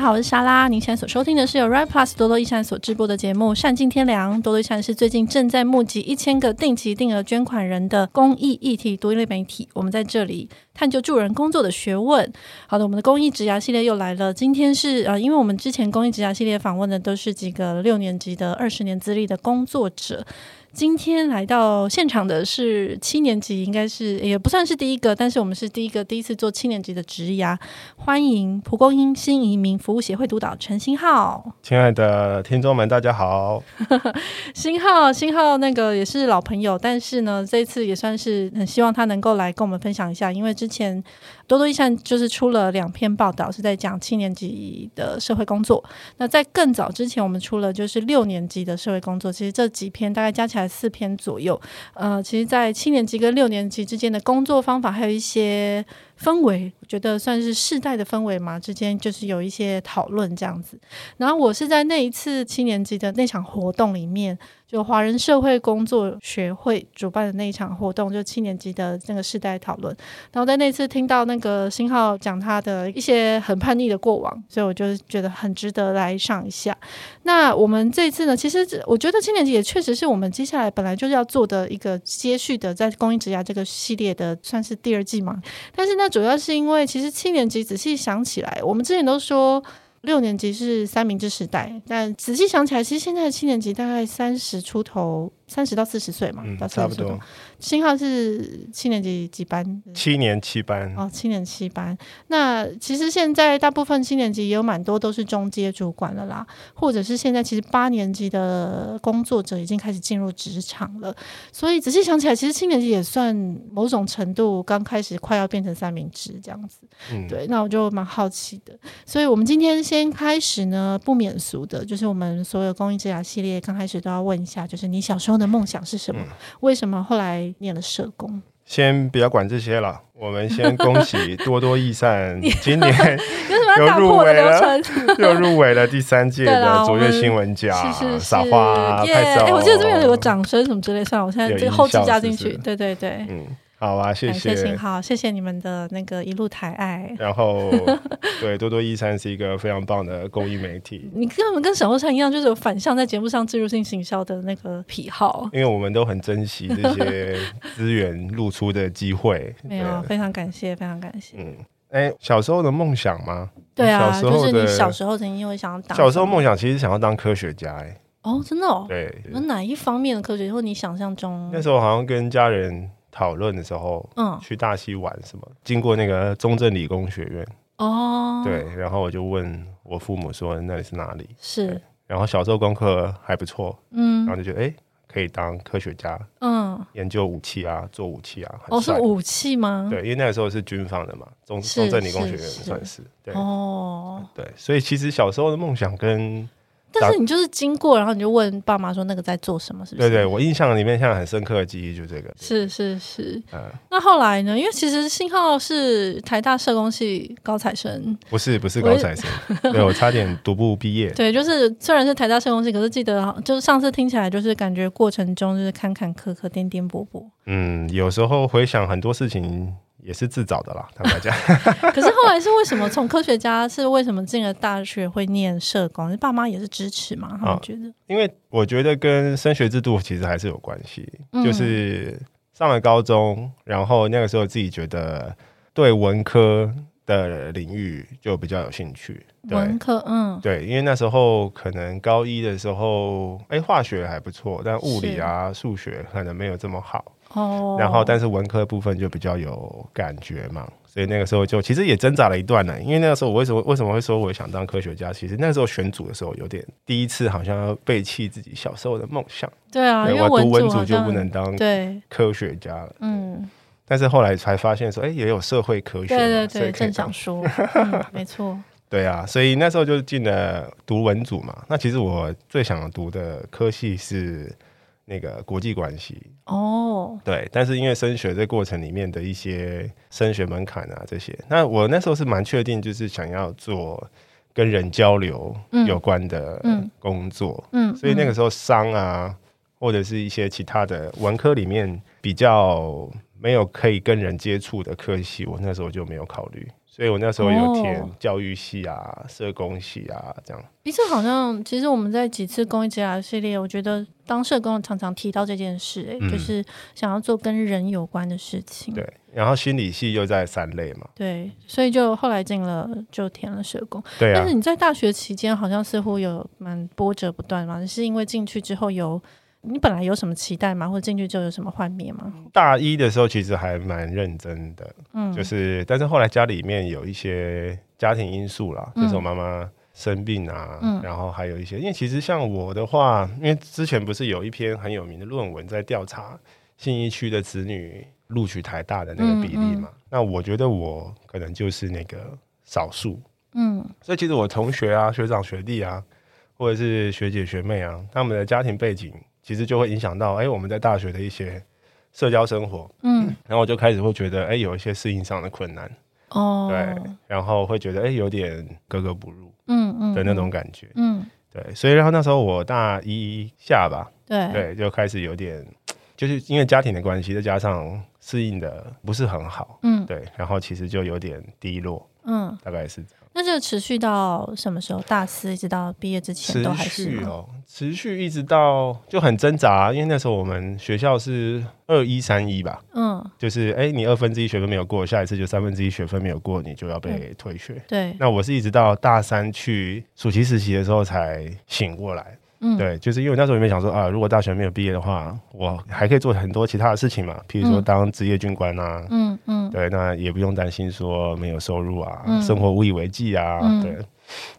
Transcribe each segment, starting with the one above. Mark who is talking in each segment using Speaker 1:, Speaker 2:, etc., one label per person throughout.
Speaker 1: 好，我是莎拉。您现在所收听的是由 Right Plus 多多益善所制播的节目《善尽天良》。多多益善是最近正在募集一千个定期定额捐款人的公益议题独立媒体。我们在这里探究助人工作的学问。好的，我们的公益职涯系列又来了。今天是呃，因为我们之前公益职涯系列访问的都是几个六年级的二十年资历的工作者。今天来到现场的是七年级，应该是也不算是第一个，但是我们是第一个第一次做七年级的职涯。欢迎蒲公英新移民服务协会督导陈新浩，
Speaker 2: 亲爱的听众们，大家好。
Speaker 1: 新浩，新浩那个也是老朋友，但是呢，这一次也算是很希望他能够来跟我们分享一下，因为之前多多益善就是出了两篇报道，是在讲七年级的社会工作。那在更早之前，我们出了就是六年级的社会工作，其实这几篇大概加起来四篇左右。呃，其实，在七年级跟六年级之间的工作方法，还有一些氛围，我觉得算是世代的氛围嘛，之间就是有一些讨论这样子。然后我是在那一次七年级的那场活动里面，就华人社会工作学会主办的那一场活动，就七年级的那个世代讨论。然后在那次听到那个新浩讲他的一些很叛逆的过往，所以我就觉得很值得来上一下。那我们这次呢，其实我觉得七年级也确实是我们接下来本来就是要做的一个接续的，在公益职涯这个系列的算是第二季嘛。但是那主要是因为其实七年级仔细想起来，我们之前都说。六年级是三明治时代，但仔细想起来，其实现在的七年级大概三十出头，三十到四十岁嘛，
Speaker 2: 嗯
Speaker 1: 到，四
Speaker 2: 差
Speaker 1: 十
Speaker 2: 不
Speaker 1: 出头
Speaker 2: 多。
Speaker 1: 新浩是七年级几班？
Speaker 2: 七年七班，
Speaker 1: 嗯哦，七年七班。那其实现在大部分七年级也有蛮多都是中阶主管了啦，或者是现在其实八年级的工作者已经开始进入职场了。所以仔细想起来，其实七年级也算某种程度刚开始快要变成三明治这样子。
Speaker 2: 嗯，
Speaker 1: 对，那我就蛮好奇的，所以我们今天先开始呢，不免俗的，就是我们所有公益治疗系列刚开始都要问一下，就是你小时候的梦想是什么？为什么后来念了社工？
Speaker 2: 先不要管这些了，我们先恭喜多多益善，今年
Speaker 1: 有什么
Speaker 2: 要
Speaker 1: 要
Speaker 2: 有
Speaker 1: 打
Speaker 2: 打入
Speaker 1: 破
Speaker 2: 破
Speaker 1: 我
Speaker 2: 我
Speaker 1: 的
Speaker 2: 的
Speaker 1: 流
Speaker 2: 流
Speaker 1: 程？
Speaker 2: 又入围了第三届
Speaker 1: 对啦
Speaker 2: 的
Speaker 1: 我
Speaker 2: 卓
Speaker 1: 们
Speaker 2: 越新闻奖
Speaker 1: 是是，是，
Speaker 2: 撒花
Speaker 1: 耶！
Speaker 2: 拍手。哦
Speaker 1: 哎，我记得这边有个掌声什么之类，算了，我现在
Speaker 2: 有
Speaker 1: 这个
Speaker 2: 音
Speaker 1: 后置
Speaker 2: 效
Speaker 1: 加
Speaker 2: 是
Speaker 1: 进
Speaker 2: 不
Speaker 1: 去，
Speaker 2: 是
Speaker 1: 对对对。
Speaker 2: 嗯，好啊，谢
Speaker 1: 感谢
Speaker 2: 谢
Speaker 1: 秦。昊，谢谢你们的那个一路抬爱。
Speaker 2: 然后，对多多益善是一个非常棒的公益媒体，
Speaker 1: 你根本跟沈后山一样，就是有反向在节目上植入性行销的那个癖好。
Speaker 2: 因为我们都很珍惜这些资源露出的机会。
Speaker 1: 没有，非常感谢，非常感谢
Speaker 2: 对，。嗯，哎，小时候的梦想吗？
Speaker 1: 对啊，
Speaker 2: 小时候
Speaker 1: 就是你
Speaker 2: 的
Speaker 1: 小时候曾经因为想要当
Speaker 2: 小时候
Speaker 1: 什么
Speaker 2: 梦想其实想要当科学家，哎，
Speaker 1: 哦，真的哦，
Speaker 2: 对，
Speaker 1: 有哪一方面的科学，或你想象中
Speaker 2: 那时候好像跟家人讨论的时候，
Speaker 1: 嗯
Speaker 2: 去大溪玩什么，经过那个中正理工学院，
Speaker 1: 哦，
Speaker 2: 对，，然后我就问我父母说那里是哪里，
Speaker 1: 是
Speaker 2: 对然后小时候功课还不错，然后
Speaker 1: 嗯
Speaker 2: 就觉得哎、诶可以当科学家，
Speaker 1: 嗯，
Speaker 2: 研究武器啊，做武器啊，很
Speaker 1: 哦是
Speaker 2: 帅。
Speaker 1: 武器吗？
Speaker 2: 对，因为那个时候是军方的嘛，中
Speaker 1: 是
Speaker 2: 中正理工学院
Speaker 1: 是是
Speaker 2: 算是对、
Speaker 1: 哦，
Speaker 2: 对，所以其实小时候的梦想跟
Speaker 1: 但是你就是经过，然后你就问爸妈说那个在做什么，是不
Speaker 2: 对
Speaker 1: 是？
Speaker 2: 对，我印象里面现在很深刻的记忆就这个，
Speaker 1: 是是是。
Speaker 2: 呃，
Speaker 1: 那后来呢？因为其实信号是台大社工系高材生，
Speaker 2: 不是不是
Speaker 1: 我也
Speaker 2: 高材生，对我差点读 不毕业，
Speaker 1: 对，就是虽然是台大社工系，可是记得就是上次听起来就是感觉过程中就是坎坎坷坷、颠颠簸簸，
Speaker 2: 嗯，有时候回想很多事情也是自找的啦，坦白讲，
Speaker 1: 可是后来是为什么从科学家是为什么进了大学会念社工？爸妈也是支持嘛？他
Speaker 2: 啊
Speaker 1: 们觉得，
Speaker 2: 因为我觉得跟升学制度其实还是有关系，
Speaker 1: 嗯
Speaker 2: 就是上了高中，然后那个时候自己觉得对文科的领域就比较有兴趣，对
Speaker 1: 文。科，嗯，
Speaker 2: 对，因为那时候可能高一的时候，哎、化学还不错，但物理啊、数学可能没有这么好。
Speaker 1: 哦，
Speaker 2: 然后，但是文科部分就比较有感觉嘛，所以那个时候就其实也挣扎了一段呢。因为那个时候我为什么为什么会说我想当科学家？其实那时候选组的时候有点第一次好像要背弃自己小时候的梦想，
Speaker 1: 对啊，因
Speaker 2: 对
Speaker 1: 为
Speaker 2: 我读文
Speaker 1: 组
Speaker 2: 组
Speaker 1: 好
Speaker 2: 就
Speaker 1: 像
Speaker 2: 不能当
Speaker 1: 对，
Speaker 2: 科学家了。
Speaker 1: 嗯，
Speaker 2: 但是后来才发现说，哎，也有社会科学
Speaker 1: 对
Speaker 2: 嘛，
Speaker 1: 对
Speaker 2: 所以
Speaker 1: 对，
Speaker 2: 可以
Speaker 1: 正想
Speaker 2: 当
Speaker 1: 说，嗯没错，
Speaker 2: 对啊，所以那时候就进了读文组嘛。那其实我最想读的科系是那个国际关系，
Speaker 1: 哦，
Speaker 2: 对，但是因为升学这过程里面的一些升学门槛啊这些，那我那时候是蛮确定，就是想要做跟人交流
Speaker 1: 嗯
Speaker 2: 有关的
Speaker 1: 嗯
Speaker 2: 工作，
Speaker 1: 嗯，
Speaker 2: 所以那个
Speaker 1: 嗯
Speaker 2: 时候商啊，或者是一些其他的文科里面比较没有可以跟人接触的科系，我那时候就没有考虑，所以我那时候有填
Speaker 1: 哦
Speaker 2: 教育系啊、社工系啊这样。
Speaker 1: 彼此好像，其实我们在几次公益职涯系列，我觉得当社工常常提到这件事、欸
Speaker 2: 嗯
Speaker 1: 就是想要做跟人有关的事情。
Speaker 2: 对，然后心理系又在三类嘛，
Speaker 1: 对所以就后来进了，就填了社工。
Speaker 2: 对啊
Speaker 1: 但是，你在大学期间好像似乎有蛮波折不断嘛，你是因为进去之后有你本来有什么期待吗？或者进去之后有什么幻灭吗？
Speaker 2: 大一的时候其实还蛮认真的，
Speaker 1: 嗯，
Speaker 2: 就是，但是后来家里面有一些家庭因素啦，
Speaker 1: 嗯
Speaker 2: 就是我妈妈生病啊，
Speaker 1: 嗯
Speaker 2: 然后还有一些，因为其实像我的话，因为之前不是有一篇很有名的论文在调查信义区的子女录取台大的那个比例
Speaker 1: 嗯
Speaker 2: 嘛，那我觉得我可能就是那个少数，
Speaker 1: 嗯
Speaker 2: 所以其实我同学啊、学长、学弟啊，或者是学姐、学妹啊，他们的家庭背景其实就会影响到，哎、我们在大学的一些社交生活，
Speaker 1: 嗯
Speaker 2: 然后我就开始会觉得，哎、有一些适应上的困难。
Speaker 1: 哦，
Speaker 2: 对，然后会觉得哎、诶有点格格不入
Speaker 1: 嗯嗯
Speaker 2: 的那种感觉。
Speaker 1: 嗯嗯
Speaker 2: 对，所以然后那时候我大一下吧，
Speaker 1: 对
Speaker 2: 对，就开始有点，就是因为家庭的关系，再加上适应的不是很好，
Speaker 1: 嗯
Speaker 2: 对，然后其实就有点低落，
Speaker 1: 嗯，
Speaker 2: 大概是这样。
Speaker 1: 那这个持续到什么时候？大四一直到毕业之前都还
Speaker 2: 持
Speaker 1: 是
Speaker 2: 续
Speaker 1: 吗？
Speaker 2: 哦，持续一直到就很挣扎，啊因为那时候我们学校是二一三一吧，
Speaker 1: 嗯，
Speaker 2: 就是哎、诶你二分之一学分没有过，下一次就三分之一学分没有过，你就要
Speaker 1: 嗯
Speaker 2: 被退学。
Speaker 1: 对，
Speaker 2: 那我是一直到大三去暑期实习的时候才醒过来。
Speaker 1: 嗯
Speaker 2: 对，就是因为我那时候也没想说啊，如果大学没有毕业的话，我还可以做很多其他的事情嘛，譬如说
Speaker 1: 嗯
Speaker 2: 当职业军官啊，
Speaker 1: 嗯嗯
Speaker 2: 对，那也不用担心说没有收入啊，
Speaker 1: 嗯
Speaker 2: 生活无以为继啊，
Speaker 1: 嗯
Speaker 2: 对。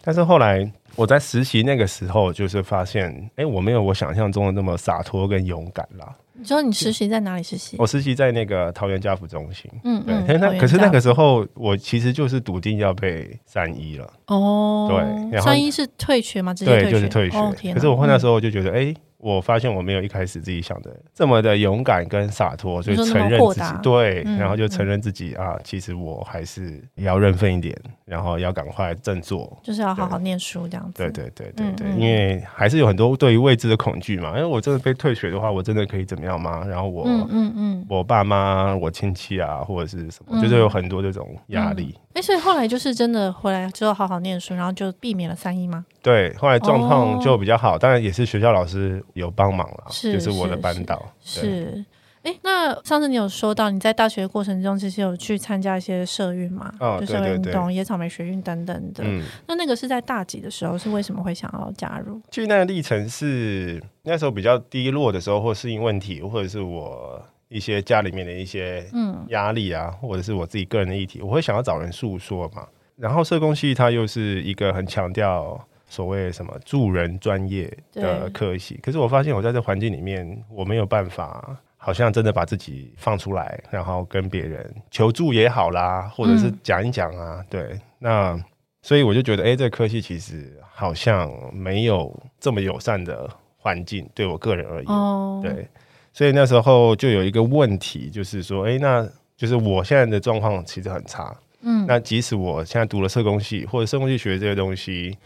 Speaker 2: 但是后来我在实习那个时候，就是发现，哎、我没有我想象中的那么洒脱跟勇敢啦。
Speaker 1: 你说你实习在哪里实习？
Speaker 2: 我实习在那个桃园家福中心，
Speaker 1: 嗯
Speaker 2: 对，
Speaker 1: 嗯，
Speaker 2: 但
Speaker 1: 桃
Speaker 2: 那
Speaker 1: 园
Speaker 2: 可是那
Speaker 1: 家
Speaker 2: 个时候我其实就是笃定要被三一了。
Speaker 1: 哦，
Speaker 2: 对然后
Speaker 1: 三一是退学吗？直接
Speaker 2: 对，就是退学。
Speaker 1: 哦天哪
Speaker 2: 可是我那时候就觉得，哎、我发现我没有一开始自己想的这么的勇敢跟洒脱，就
Speaker 1: 你说那么
Speaker 2: 承认
Speaker 1: 豁
Speaker 2: 自己
Speaker 1: 达
Speaker 2: 对，
Speaker 1: 嗯
Speaker 2: 然后就承认自己、啊，其实我还是要认份一点，然后要赶快振作。
Speaker 1: 就是要好好念书这样子。
Speaker 2: 对对对对对，
Speaker 1: 嗯嗯
Speaker 2: 因为还是有很多对于未知的恐惧嘛。因为我真的被退学的话，我真的可以怎么样吗？然后我、
Speaker 1: 嗯嗯嗯。
Speaker 2: 我爸妈、我亲戚啊，或者是什么，就是有很多这种压力。
Speaker 1: 哎，所以后来就是真的回来之后好好念书，然后就避免了三一吗？
Speaker 2: 对，后来状况
Speaker 1: 哦
Speaker 2: 就比较好，当然也是学校老师有帮忙啦，
Speaker 1: 是
Speaker 2: 就是我的
Speaker 1: 是
Speaker 2: 班
Speaker 1: 是
Speaker 2: 导对
Speaker 1: 是。哎，那上次你有说到你在大学的过程中，其实有去参加一些社运嘛，
Speaker 2: 哦
Speaker 1: 就
Speaker 2: 对
Speaker 1: 社会
Speaker 2: 对
Speaker 1: 运
Speaker 2: 对
Speaker 1: 动、野草莓学运等等的。
Speaker 2: 嗯，
Speaker 1: 那那个是在大几的时候，是为什么会想要加入？
Speaker 2: 去那个历程是那时候比较低落的时候，或适应问题，或者是我一些家里面的一些
Speaker 1: 嗯
Speaker 2: 压力啊，或者是我自己个人的议题，我会想要找人诉说嘛。然后社工系它又是一个很强调所谓什么助人专业的科系，可是我发现我在这环境里面，我没有办法。好像真的把自己放出来，然后跟别人求助也好啦，或者是
Speaker 1: 嗯
Speaker 2: 讲一讲啊，对，那所以我就觉得，哎、这个科系其实好像没有这么友善的环境，对我个人而言，
Speaker 1: 哦，
Speaker 2: 对。所以那时候就有一个问题，就是说，哎、那就是我现在的状况其实很差。
Speaker 1: 嗯
Speaker 2: 那即使我现在读了社工系或者社工系学这些东西，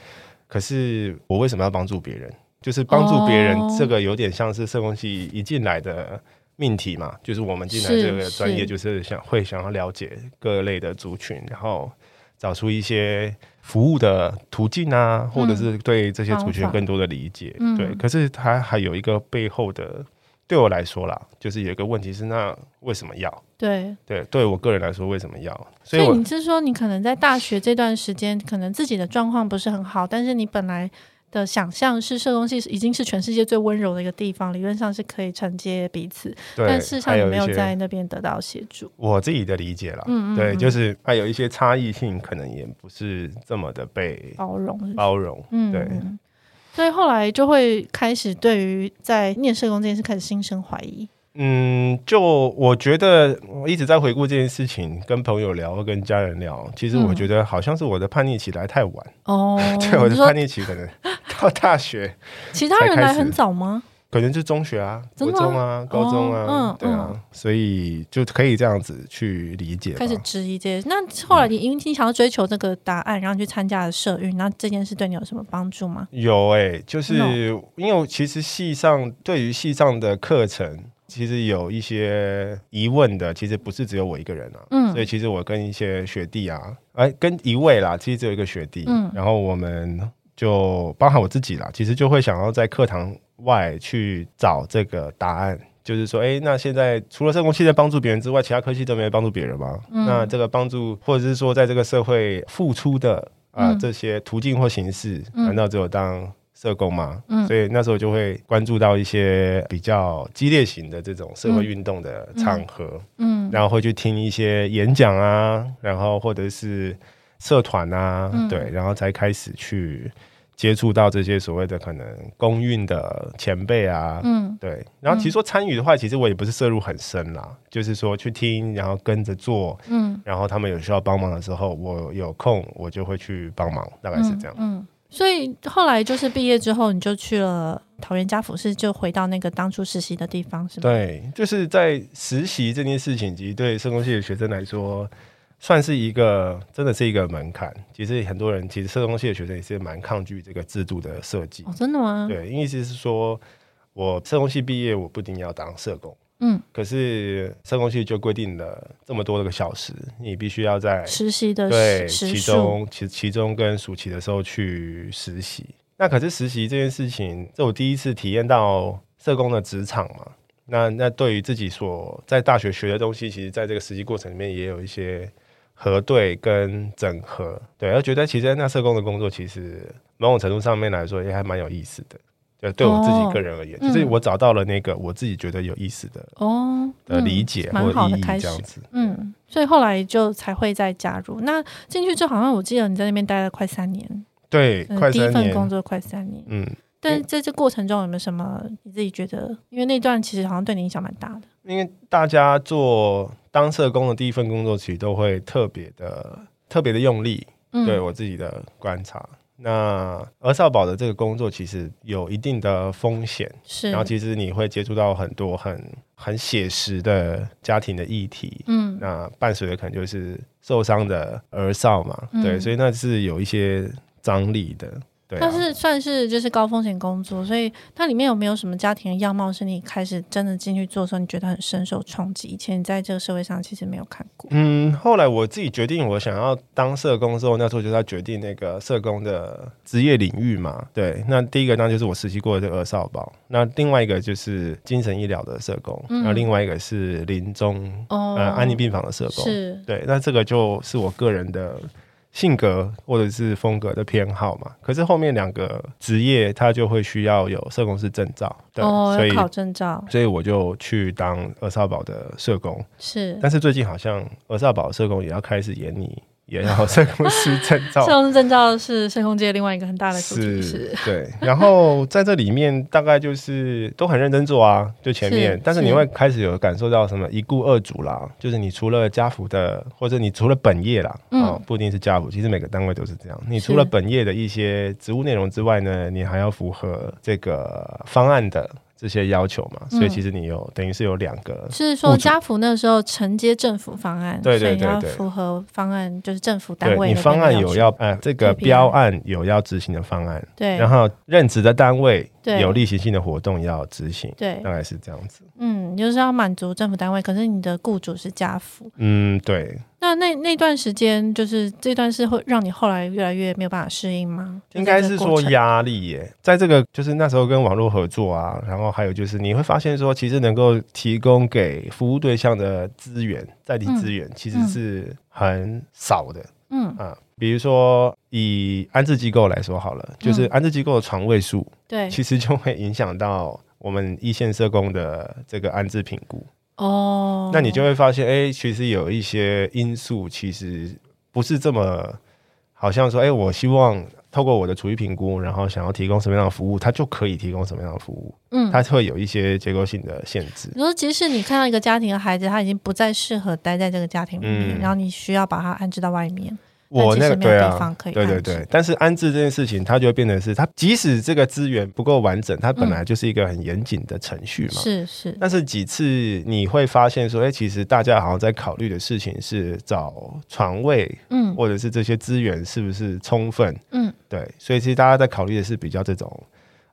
Speaker 2: 可是我为什么要帮助别人？就是帮助别人
Speaker 1: 哦，
Speaker 2: 这个有点像是社工系一进来的命题嘛，就是我们进来
Speaker 1: 是
Speaker 2: 这个专业，
Speaker 1: 是
Speaker 2: 就是想会想要了解各类的族群，然后找出一些服务的途径啊，或者是对这些族群
Speaker 1: 嗯方法
Speaker 2: 更多的理解。
Speaker 1: 嗯
Speaker 2: 对，可是它还有一个背后的，对我来说啦，就是有一个问题是，那为什么要？
Speaker 1: 对，
Speaker 2: 对，对我个人来说，为什么要？
Speaker 1: 所
Speaker 2: 所以
Speaker 1: 以
Speaker 2: 我
Speaker 1: 你是说你可能在大学这段时间，可能自己的状况不是很好，但是你本来的想象是社工系已经是全世界最温柔的一个地方，理论上是可以承接彼此，
Speaker 2: 对，
Speaker 1: 但事实上
Speaker 2: 还
Speaker 1: 你
Speaker 2: 有
Speaker 1: 没有
Speaker 2: 一些
Speaker 1: 在那边得到协助。
Speaker 2: 我自己的理解啦，
Speaker 1: 嗯嗯
Speaker 2: 对，
Speaker 1: 嗯
Speaker 2: 就是它有一些差异性，可能也不是这么的被
Speaker 1: 包容是不是
Speaker 2: 包容。
Speaker 1: 嗯，
Speaker 2: 对
Speaker 1: 嗯所以后来就会开始对于在念社工这件事开始心生怀疑。
Speaker 2: 嗯，就我觉得我一直在回顾这件事情，跟朋友聊，跟家人聊，其实我
Speaker 1: 嗯
Speaker 2: 觉得好像是我的叛逆期来太晚，，
Speaker 1: 哦
Speaker 2: 对我
Speaker 1: 你
Speaker 2: 的
Speaker 1: 说
Speaker 2: 叛逆期可能到大学，
Speaker 1: 其他人
Speaker 2: 才开
Speaker 1: 来
Speaker 2: 始
Speaker 1: 很早吗？
Speaker 2: 可能是中学啊、
Speaker 1: 真
Speaker 2: 国
Speaker 1: 的吗
Speaker 2: 中啊、高中啊，
Speaker 1: 哦嗯
Speaker 2: 对啊，所以就可以这样子去理解吧。嗯
Speaker 1: 开始质疑这些。那后来你因为你想要追求这个答案，然后你去参加了社运，那这件事对你有什么帮助吗？
Speaker 2: 有哎、就是
Speaker 1: 真的哦
Speaker 2: 因为我其实系上对于系上的课程，其实有一些疑问的，其实不是只有我一个人啊，
Speaker 1: 嗯
Speaker 2: 所以其实我跟一些学弟啊，哎，跟一位啦，其实只有一个学弟，
Speaker 1: 嗯
Speaker 2: 然后我们就包含我自己啦，其实就会想要在课堂外去找这个答案。就是说，哎、那现在除了社工系在帮助别人之外，其他科系都没帮助别人吗？
Speaker 1: 嗯
Speaker 2: 那这个帮助，或者是说，在这个社会付出的啊、
Speaker 1: 嗯
Speaker 2: 这些途径或形式，
Speaker 1: 嗯
Speaker 2: 难道只有当社工吗？
Speaker 1: 嗯
Speaker 2: 所以那时候就会关注到一些比较激烈型的这种社会运动的场合，
Speaker 1: 嗯
Speaker 2: 然后会去听一些演讲啊，然后或者是社团啊，
Speaker 1: 嗯
Speaker 2: 对，然后才开始去接触到这些所谓的可能公运的前辈啊。
Speaker 1: 嗯
Speaker 2: 对，然后其实说参与的话，其实我也不是涉入很深啦，就是说去听，然后跟着做，
Speaker 1: 嗯，
Speaker 2: 然后他们有需要帮忙的时候，我有空我就会去帮忙，大概是这样。
Speaker 1: 嗯。嗯所以后来就是毕业之后，你就去了桃园家福士，就回到那个当初实习的地方，是吗？
Speaker 2: 对，就是在实习这件事情，其实对社工系的学生来说，算是一个真的是一个门槛。其实很多人，其实社工系的学生也是蛮抗拒这个制度的设计。
Speaker 1: 哦，真的吗？，
Speaker 2: 对，因为意思是说我社工系毕业，我不一定要当社工。
Speaker 1: 嗯，
Speaker 2: 可是社工系就规定了这么多的个小时，你必须要在
Speaker 1: 实习的
Speaker 2: 对，
Speaker 1: 时
Speaker 2: 其
Speaker 1: 时数，
Speaker 2: 中其其中跟暑期的时候去实习。那可是实习这件事情，这我第一次体验到社工的职场嘛。那那对于自己所在大学学的东西，其实在这个实习过程里面也有一些核对跟整合。对，而觉得其实那社工的工作，其实某种程度上面来说，也还蛮有意思的。对，对我自己个人而言，
Speaker 1: 哦
Speaker 2: 就是
Speaker 1: 嗯
Speaker 2: 我找到了那个我自己觉得有意思的
Speaker 1: 哦，
Speaker 2: 的
Speaker 1: 嗯
Speaker 2: 理解
Speaker 1: 蛮
Speaker 2: 或
Speaker 1: 好
Speaker 2: 意
Speaker 1: 的
Speaker 2: 义，
Speaker 1: 开始
Speaker 2: 这样子。
Speaker 1: 嗯，所以后来就才会再加入。那进去之后，好像我记得你在那边待了快三年，
Speaker 2: 对，
Speaker 1: 嗯
Speaker 2: 快
Speaker 1: 第一
Speaker 2: 三
Speaker 1: 份工
Speaker 2: 年，
Speaker 1: 作快三年。
Speaker 2: 嗯，
Speaker 1: 但是在这过程中有没有什么你自己觉得？因为那段其实好像对你影响蛮大的。
Speaker 2: 因为大家做当社工的第一份工作，其实都会特别的、特别的用力。
Speaker 1: 嗯，
Speaker 2: 对我自己的观察，那儿少保的这个工作其实有一定的风险，
Speaker 1: 是
Speaker 2: 然后其实你会接触到很多很很写实的家庭的议题，
Speaker 1: 嗯
Speaker 2: 那伴随的可能就是受伤的儿少嘛，
Speaker 1: 嗯
Speaker 2: 对，所以那是有一些张力的。对、啊，
Speaker 1: 它是算是就是高风险工作，所以它里面有没有什么家庭的样貌是你开始真的进去做的时候，你觉得很深受冲击？以前你在这个社会上其实没有看过。
Speaker 2: 嗯，后来我自己决定我想要当社工之后，那时候就是要决定那个社工的职业领域嘛。对，那第一个当然就是我实习过的这个儿少保，那另外一个就是精神医疗的社工，
Speaker 1: 嗯
Speaker 2: 然后另外一个是临终、
Speaker 1: 哦，
Speaker 2: 呃安宁病房的社工。
Speaker 1: 是
Speaker 2: 对，那这个就是我个人的性格或者是风格的偏好嘛。可是后面两个职业，它就会需要有社工师证照，对，
Speaker 1: 哦，要
Speaker 2: 所以
Speaker 1: 考证照
Speaker 2: 所以我就去当儿少保的社工。
Speaker 1: 是。
Speaker 2: 但是最近好像儿少保社工也要开始演你，也要社工师证
Speaker 1: 社
Speaker 2: 照。
Speaker 1: 工证照是社工界另外一个很大的主题，是
Speaker 2: 对，然后在这里面大概就是都很认真做啊，就前面，
Speaker 1: 是
Speaker 2: 但是你
Speaker 1: 是
Speaker 2: 会开始有感受到什么一顾二主啦，就是你除了家福的，或者你除了本业啦，
Speaker 1: 嗯
Speaker 2: 哦，不一定是家福，其实每个单位都是这样。你
Speaker 1: 是
Speaker 2: 除了本业的一些职务内容之外呢，你还要符合这个方案的这些要求嘛，所以
Speaker 1: 嗯
Speaker 2: 其实你有等于是有两个
Speaker 1: 是说
Speaker 2: 雇主
Speaker 1: 家福那时候承接政府方案，
Speaker 2: 对对
Speaker 1: 所以你要
Speaker 2: 对对
Speaker 1: 符合方案，就是政府单
Speaker 2: 对
Speaker 1: 位
Speaker 2: 你
Speaker 1: 的
Speaker 2: 方案
Speaker 1: 那个
Speaker 2: 有
Speaker 1: 求
Speaker 2: 要呃这个
Speaker 1: KPI
Speaker 2: 标案有要执行的方案，
Speaker 1: 啊对，
Speaker 2: 然后任职的单位
Speaker 1: 对
Speaker 2: 有例行性的活动要执行，
Speaker 1: 对
Speaker 2: 大，概是这样子。
Speaker 1: 嗯，就是要满足政府单位，可是你的雇主是家福，
Speaker 2: 嗯，对，
Speaker 1: 那那那段时间，就是这段是会让你后来越来越没有办法适应吗？就
Speaker 2: 应该
Speaker 1: 这
Speaker 2: 是
Speaker 1: 个
Speaker 2: 说
Speaker 1: 过程
Speaker 2: 压力耶，在这个就是那时候跟网络合作啊，然后还有就是你会发现说，其实能够提供给服务对象的资源，在地资源其实是很少的。
Speaker 1: 嗯，
Speaker 2: 啊，比如说以安置机构来说好了，就是
Speaker 1: 嗯
Speaker 2: 安置机构的床位数，
Speaker 1: 对，
Speaker 2: 其实就会影响到我们一线社工的这个安置评估。
Speaker 1: 哦，
Speaker 2: 那你就会发现，哎、其实有一些因素其实不是这么，好像说，哎、我希望透过我的厨艺评估，然后想要提供什么样的服务，它就可以提供什么样的服务，
Speaker 1: 嗯，
Speaker 2: 它会有一些结构性的限制。
Speaker 1: 你说即使你看到一个家庭的孩子，他已经不再适合待在这个家庭里面，
Speaker 2: 嗯
Speaker 1: 然后你需要把他安置到外面，但
Speaker 2: 我
Speaker 1: 其
Speaker 2: 那
Speaker 1: 实
Speaker 2: 个
Speaker 1: 没有
Speaker 2: 对
Speaker 1: 地
Speaker 2: 啊
Speaker 1: 方。可以
Speaker 2: 对对
Speaker 1: 安置
Speaker 2: 对，但是安置这件事情，它就会变成是它，即使这个资源不够完整，它
Speaker 1: 嗯
Speaker 2: 本来就是一个很严谨的程序嘛。
Speaker 1: 是是，
Speaker 2: 但是几次你会发现说，哎、其实大家好像在考虑的事情是找床位，
Speaker 1: 嗯
Speaker 2: 或者是这些资源是不是充分？
Speaker 1: 嗯，
Speaker 2: 对，所以其实大家在考虑的是比较这种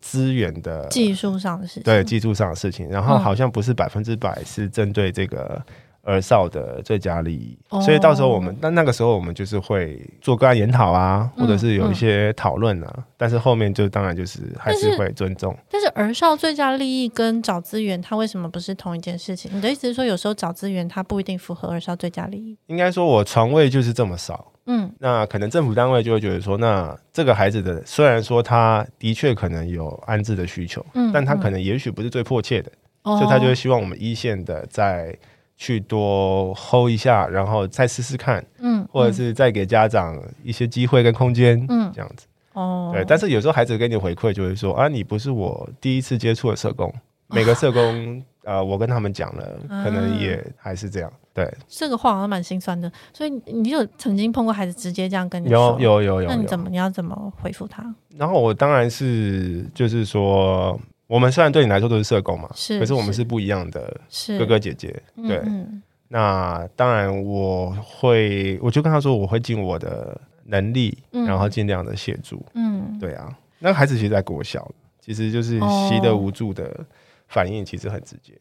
Speaker 2: 资源的
Speaker 1: 技术上的事情。
Speaker 2: 对技术上的事情，然后
Speaker 1: 嗯
Speaker 2: 好像不是百分之百是针对这个儿少的最佳利益，
Speaker 1: 哦
Speaker 2: 所以到时候我们那那个时候我们就是会做个案研讨啊，
Speaker 1: 嗯
Speaker 2: 或者是有一些讨论啊，但是后面就当然就是还
Speaker 1: 但
Speaker 2: 是
Speaker 1: 是
Speaker 2: 会尊重。
Speaker 1: 但是儿少最佳利益跟找资源，它为什么不是同一件事情？你的意思是说，有时候找资源它不一定符合儿少最佳利益？
Speaker 2: 应该说我床位就是这么少，
Speaker 1: 嗯
Speaker 2: 那可能政府单位就会觉得说，那这个孩子的虽然说他的确可能有安置的需求，
Speaker 1: 嗯，
Speaker 2: 但他可
Speaker 1: 嗯，
Speaker 2: 能也许不是最迫切的。
Speaker 1: 哦
Speaker 2: 所以他就会希望我们一线的再去多 hold 一下，然后再试试看，
Speaker 1: 嗯，
Speaker 2: 或者是再给家长一些机会跟空间，
Speaker 1: 嗯
Speaker 2: 这样子。
Speaker 1: 嗯哦，
Speaker 2: 对，但是有时候孩子给你回馈就会说啊，你不是我第一次接触的社工，每个社工呃，我跟他们讲了，可
Speaker 1: 啊
Speaker 2: 能也还是这样。对，
Speaker 1: 这个话好像蛮心酸的，所以你有曾经碰过孩子直接这样跟你
Speaker 2: 有
Speaker 1: 说？
Speaker 2: 有有有
Speaker 1: 那你怎
Speaker 2: 有。
Speaker 1: 么你要怎么回复他？
Speaker 2: 然后我当然是就是说，我们虽然对你来说都是社工嘛，
Speaker 1: 是
Speaker 2: 可是我们
Speaker 1: 是
Speaker 2: 是不一样的
Speaker 1: 是
Speaker 2: 哥哥姐姐，
Speaker 1: 嗯
Speaker 2: 对
Speaker 1: 嗯
Speaker 2: 那当然，我会，我就跟他说，我会尽我的能力，
Speaker 1: 嗯
Speaker 2: 然后尽量的协助。
Speaker 1: 嗯，
Speaker 2: 对啊，那个孩子其实在国小，其实就是
Speaker 1: 哦
Speaker 2: 习得无助的反应，其实很直接。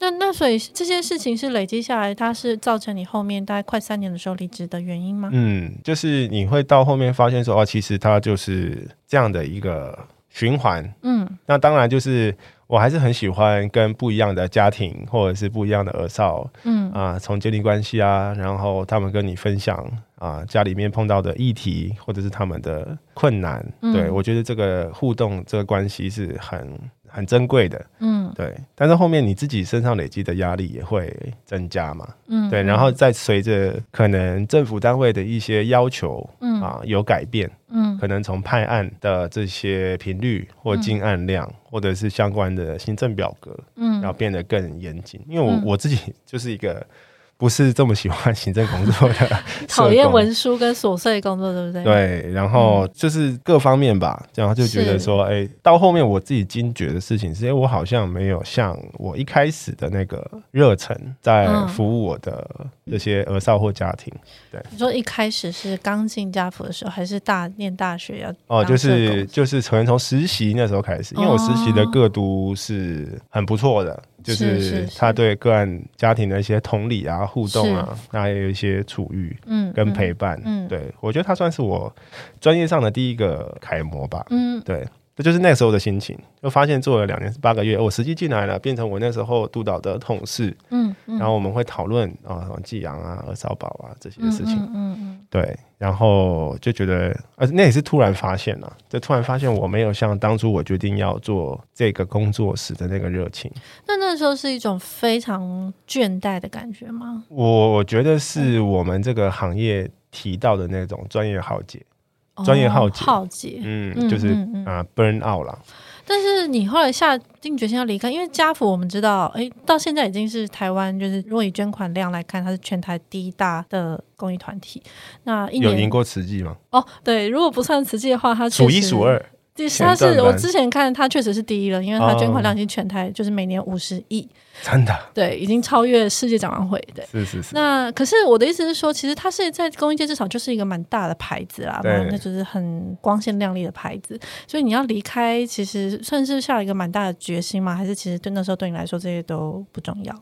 Speaker 1: 那那所以这些事情是累积下来，它是造成你后面大概快三年的时候离职的原因吗？
Speaker 2: 嗯，就是你会到后面发现说，哦，其实他就是这样的一个循环。
Speaker 1: 嗯
Speaker 2: 那当然，就是我还是很喜欢跟不一样的家庭，或者是不一样的儿少
Speaker 1: 嗯
Speaker 2: 啊，从建立关系啊，然后他们跟你分享啊，家里面碰到的议题或者是他们的困难，
Speaker 1: 嗯
Speaker 2: 对我觉得这个互动这个关系是很很珍贵的，
Speaker 1: 嗯
Speaker 2: 对。但是后面你自己身上累积的压力也会增加嘛，
Speaker 1: 嗯，
Speaker 2: 对。然后再随着可能政府单位的一些要求
Speaker 1: 嗯
Speaker 2: 啊有改变，
Speaker 1: 嗯
Speaker 2: 可能从派案的这些频率或进案量，或者是相关的行政表格，然后
Speaker 1: 嗯，
Speaker 2: 变得更严谨。因为我、
Speaker 1: 嗯
Speaker 2: 我自己就是一个不是这么喜欢行政工 作的，
Speaker 1: 讨厌。文书跟琐碎工作，对不对？，
Speaker 2: 对，然后就是各方面吧，然后就觉得
Speaker 1: 是
Speaker 2: 说，哎，到后面我自己惊觉的事情是，哎，我好像没有像我一开始的那个热忱在
Speaker 1: 嗯
Speaker 2: 服务我的这些儿少或家庭。
Speaker 1: 你说一开始是刚进家福的时候，还是大念大学要
Speaker 2: 哦，
Speaker 1: 当
Speaker 2: 就
Speaker 1: 社
Speaker 2: 是
Speaker 1: 工
Speaker 2: 就是从从实习那时候开始，因为我实习的
Speaker 1: 哦
Speaker 2: 个督是很不错的，就是是
Speaker 1: 是是
Speaker 2: 他对个案家庭的一些同理啊、互动啊，那也有一些处遇
Speaker 1: 嗯
Speaker 2: 跟陪伴。
Speaker 1: 嗯嗯
Speaker 2: 对我觉得他算是我专业上的第一个楷模吧。
Speaker 1: 嗯
Speaker 2: 对，这就是那时候的心情，就发现做了两年八个月，我实际进来了，变成我那时候督导的同事，
Speaker 1: 嗯嗯，
Speaker 2: 然后我们会讨论啊，什么寄养啊、儿少保啊这些
Speaker 1: 嗯
Speaker 2: 事情。
Speaker 1: 嗯嗯
Speaker 2: 对，然后就觉得，呃，那也是突然发现了、啊就突然发现我没有像当初我决定要做这个工作时的那个热情。
Speaker 1: 嗯，那那时候是一种非常倦怠的感觉吗？
Speaker 2: 我我觉得是
Speaker 1: 嗯
Speaker 2: 我们这个行业提到的那种专业浩劫，专业
Speaker 1: 哦
Speaker 2: 浩劫
Speaker 1: 浩劫。
Speaker 2: 嗯，
Speaker 1: 嗯
Speaker 2: 就是啊、
Speaker 1: 嗯嗯
Speaker 2: burn out 啦，
Speaker 1: 但是你后来下定决心要离开，因为家福我们知道，诶，到现在已经是台湾，就是如果以捐款量来看，它是全台第一大的公益团体。那一
Speaker 2: 有赢
Speaker 1: 年
Speaker 2: 过慈济吗？
Speaker 1: 哦，对，如果不算慈济的话，它确
Speaker 2: 数一
Speaker 1: 实
Speaker 2: 数 二，
Speaker 1: 第
Speaker 2: 前
Speaker 1: 它
Speaker 2: 段
Speaker 1: 是我
Speaker 2: 班
Speaker 1: 之前看它确实是第一了，因为它捐款
Speaker 2: 哦
Speaker 1: 量已经全台就是每年五十亿，
Speaker 2: 真的
Speaker 1: 对，已经超越世界展望会，对。
Speaker 2: 是是是，
Speaker 1: 那可是我的意思是说，其实它是在公益界至少就是一个蛮大的牌子啦，
Speaker 2: 对
Speaker 1: 蛮那就是很光鲜亮丽的牌子，所以你要离开，其实算是下了一个蛮大的决心吗？还是其实对那时候对你来说这些都不重要？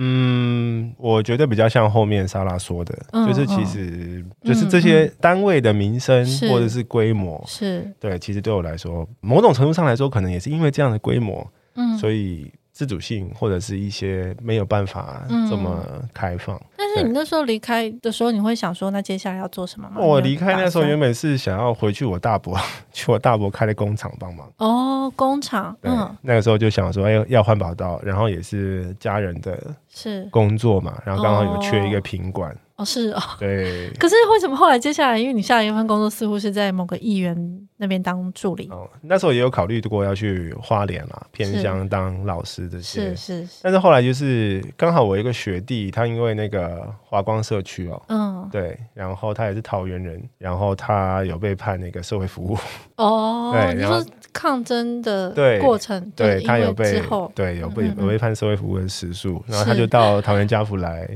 Speaker 2: 嗯，我觉得比较像后面莎拉说的，
Speaker 1: 嗯
Speaker 2: 就是其
Speaker 1: 嗯
Speaker 2: 实、就是这些单位的名声
Speaker 1: 是
Speaker 2: 或者是规模，
Speaker 1: 是，
Speaker 2: 对，其实对我来说，某种程度上来说，可能也是因为这样的规模，
Speaker 1: 嗯。
Speaker 2: 所以自主性或者是一些没有办法
Speaker 1: 嗯
Speaker 2: 这么开放。
Speaker 1: 但是你那时候离开的时候，你会想说，那接下来要做什么吗？
Speaker 2: 我离开那时候
Speaker 1: 嗯你有
Speaker 2: 原
Speaker 1: 打
Speaker 2: 本是想要回去我大伯，去我大伯开的工厂帮忙。
Speaker 1: 算哦，工厂，
Speaker 2: 对，
Speaker 1: 嗯，
Speaker 2: 那个时候就想说哎要要换宝刀，然后也是家人的
Speaker 1: 是，
Speaker 2: 工作嘛，然后刚好有
Speaker 1: 哦
Speaker 2: 缺一个品管，
Speaker 1: 哦，是哦。
Speaker 2: 对，
Speaker 1: 可是为什么后来接下来，因为你下一份工作似乎是在某个议员那边当助理，
Speaker 2: 哦，那时候也有考虑过要去花莲啦，偏
Speaker 1: 是
Speaker 2: 乡当老师这些
Speaker 1: 是，是是，
Speaker 2: 但是后来就是刚好我一个学弟，他因为那个华光社区哦，
Speaker 1: 嗯，
Speaker 2: 对，然后他也是桃园人，然后他有被判那个社会服务，
Speaker 1: 哦
Speaker 2: 对，
Speaker 1: 你
Speaker 2: 然后
Speaker 1: 说抗争的
Speaker 2: 对
Speaker 1: 过程，
Speaker 2: 对
Speaker 1: 因
Speaker 2: 他
Speaker 1: 为
Speaker 2: 有被
Speaker 1: 之后，
Speaker 2: 对有被
Speaker 1: 嗯嗯嗯
Speaker 2: 有被判社会服务的时数，然后他
Speaker 1: 是
Speaker 2: 就到桃园家福来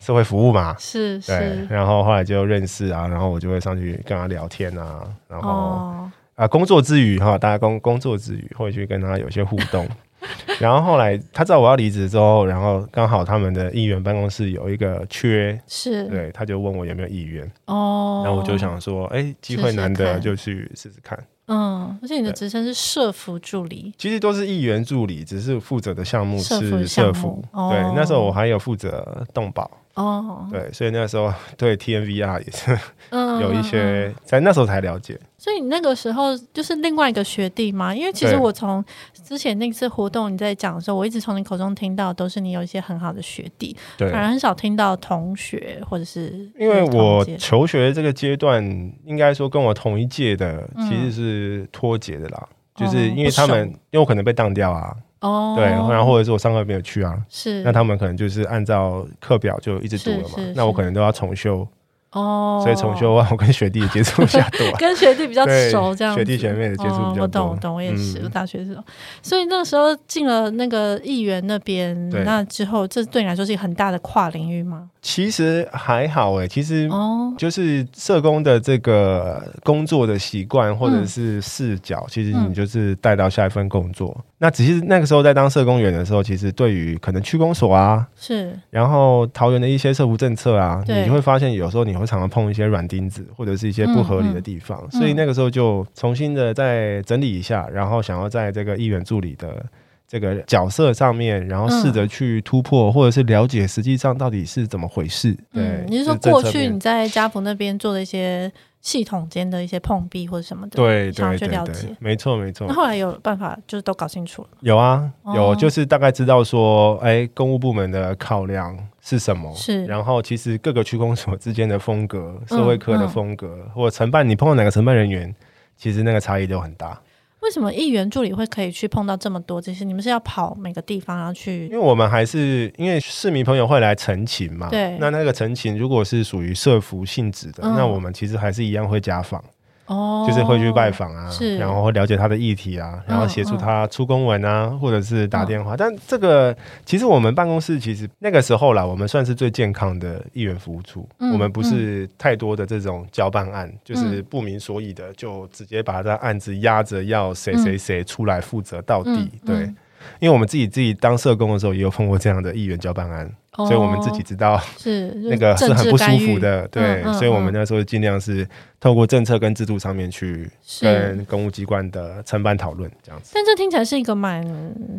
Speaker 2: 社会服务嘛，
Speaker 1: 是
Speaker 2: 对，
Speaker 1: 是
Speaker 2: 然后后来就认识啊，然后我就会上去跟他聊天啊，然后
Speaker 1: 哦，
Speaker 2: 啊，工作之余哈，大家工工作之余会去跟他有些互 动。然后后来他知道我要离职之后，然后刚好他们的议员办公室有一个缺，
Speaker 1: 是
Speaker 2: 对，他就问我有没有意愿，
Speaker 1: 嗯哦。
Speaker 2: 然后我就，想说，哎、机会难得，就去试试看。
Speaker 1: 嗯，而且你的
Speaker 2: 对
Speaker 1: 职称是社服助理，
Speaker 2: 其实都是议员助理，只是负责的项目
Speaker 1: 社服
Speaker 2: 是
Speaker 1: 项目
Speaker 2: 社服。
Speaker 1: 哦
Speaker 2: 对，那时候我还有负责动保，
Speaker 1: 哦，
Speaker 2: 对，所以那时候对 TNVR 也是
Speaker 1: 嗯，
Speaker 2: 有一
Speaker 1: 嗯
Speaker 2: 些，在那时候才了解。
Speaker 1: 所以你那个时候就是另外一个学弟嘛，因为其实
Speaker 2: 对
Speaker 1: 我从之前那次活动你在讲的时候，我一直从你口中听到都是你有一些很好的学弟，
Speaker 2: 对，
Speaker 1: 反而很少听到同学或者是
Speaker 2: 因为我
Speaker 1: 同届
Speaker 2: 求学这个阶段，应该说跟我同一届的
Speaker 1: 嗯
Speaker 2: 其实是脱节的啦，
Speaker 1: 哦
Speaker 2: 就是因为他们
Speaker 1: 不熟
Speaker 2: 因为我可能被当掉啊，
Speaker 1: 哦，
Speaker 2: 对，然后或者是我上课没有去啊，
Speaker 1: 是
Speaker 2: 那他们可能就是按照课表就一直读了嘛
Speaker 1: 是是，
Speaker 2: 那我
Speaker 1: 是
Speaker 2: 可能都要重修，
Speaker 1: 哦，
Speaker 2: 所以重修啊，我跟学弟也接触比较多啊。
Speaker 1: 跟学弟比较
Speaker 2: 对
Speaker 1: 熟，这样子
Speaker 2: 学弟学妹的接触比较
Speaker 1: 哦
Speaker 2: 多
Speaker 1: 我懂，我懂，我也是，
Speaker 2: 嗯
Speaker 1: 我大学的时候，所以那个时候进了那个议员那边，
Speaker 2: 对
Speaker 1: 那之后这对你来说是一个很大的跨领域吗？
Speaker 2: 其实还好哎、其实
Speaker 1: 哦，
Speaker 2: 就是社工的这个工作的习惯或者
Speaker 1: 嗯
Speaker 2: 是视角，其实
Speaker 1: 嗯
Speaker 2: 你就是带到下一份工作。那只是那个时候在当社工员的时候，其实对于可能区公所啊，
Speaker 1: 是
Speaker 2: 然后桃园的一些社福政策啊，
Speaker 1: 对
Speaker 2: 你会发现有时候你会常常碰一些软钉子或者是一些不合理的地
Speaker 1: 嗯
Speaker 2: 方，所以那个时候就重新的再整理一下，然后想要在这个议员助理的。这个角色上面，然后试着去突破，或者是了解实际上到底是怎么回事。对
Speaker 1: 嗯，，你是说
Speaker 2: 政
Speaker 1: 过
Speaker 2: 策
Speaker 1: 去
Speaker 2: 面
Speaker 1: 你在家福那边做的一些系统间的一些碰壁或者什么的？
Speaker 2: 对
Speaker 1: 想要
Speaker 2: 对
Speaker 1: 去
Speaker 2: 对
Speaker 1: 了
Speaker 2: 对
Speaker 1: 解，
Speaker 2: 没错没错
Speaker 1: 那，后来有办法就是都搞清楚了，
Speaker 2: 有啊有，
Speaker 1: 哦
Speaker 2: 就是大概知道说，哎，公务部门的考量是什么，
Speaker 1: 是
Speaker 2: 然后其实各个区公所之间的风格、
Speaker 1: 嗯
Speaker 2: 社会科的
Speaker 1: 嗯
Speaker 2: 风格，或承办你碰到哪个承办人员，其实那个差异都很大。
Speaker 1: 为什么议员助理会可以去碰到这么多这些？你们是要跑每个地方然后
Speaker 2: 因
Speaker 1: 去？
Speaker 2: 为我们还是因为市民朋友会来陈情嘛，
Speaker 1: 对
Speaker 2: 那那个陈情如果是属于社服性质的，
Speaker 1: 嗯
Speaker 2: 那我们其实还是一样会家访。
Speaker 1: 哦，
Speaker 2: 就是会去拜访啊，
Speaker 1: 是嗯
Speaker 2: 然后会了解他的议题啊，然后协助他出公文啊，或者是打电话。但这个其实我们办公室其实那个时候啦，我们算是最健康的议员服务处，
Speaker 1: 嗯
Speaker 2: 我们不是太多的这种交办案，就是不明所以的就直接把这案子压着要谁谁谁出来负责到底，
Speaker 1: 嗯
Speaker 2: 对。
Speaker 1: 嗯
Speaker 2: 因为我们自己自己当社工的时候，也有碰过这样的议员交办案，
Speaker 1: 哦，
Speaker 2: 所以我们自己知道
Speaker 1: 是
Speaker 2: 那个是很不舒
Speaker 1: 政治
Speaker 2: 服，的，
Speaker 1: 干
Speaker 2: 对
Speaker 1: 预，嗯嗯
Speaker 2: 所以我们
Speaker 1: 嗯
Speaker 2: 那时候尽量是透过政策跟制度上面去
Speaker 1: 就是政治干预是。
Speaker 2: 跟公务机关的承办讨论这样子。
Speaker 1: 但这听起来是一个蛮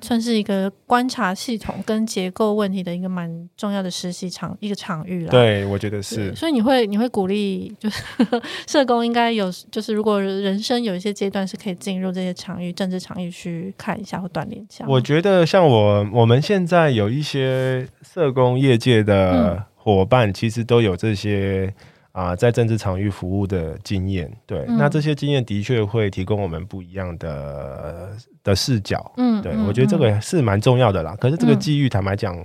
Speaker 1: 算是一个观察系统跟结构问题的一个蛮重要的实习场一个场域啦。
Speaker 2: 对，我觉得
Speaker 1: 对啊
Speaker 2: 是。
Speaker 1: 所以你会你会鼓励，就是 社工应该有，就是如果人生有一些阶段是可以进入这些场域、政治场域去看一下或锻炼一下吗。
Speaker 2: 我觉得像我我们现在有一些社工业界的
Speaker 1: 嗯
Speaker 2: 伙伴，其实都有这些啊、在政治场域服务的经验。对，
Speaker 1: 嗯
Speaker 2: 那这些经验的确会提供我们不一样的呃的视角。
Speaker 1: 嗯，
Speaker 2: 对，
Speaker 1: 嗯
Speaker 2: 我觉得这
Speaker 1: 嗯
Speaker 2: 个是蛮重要的啦。可是这个
Speaker 1: 嗯
Speaker 2: 机遇，坦白讲，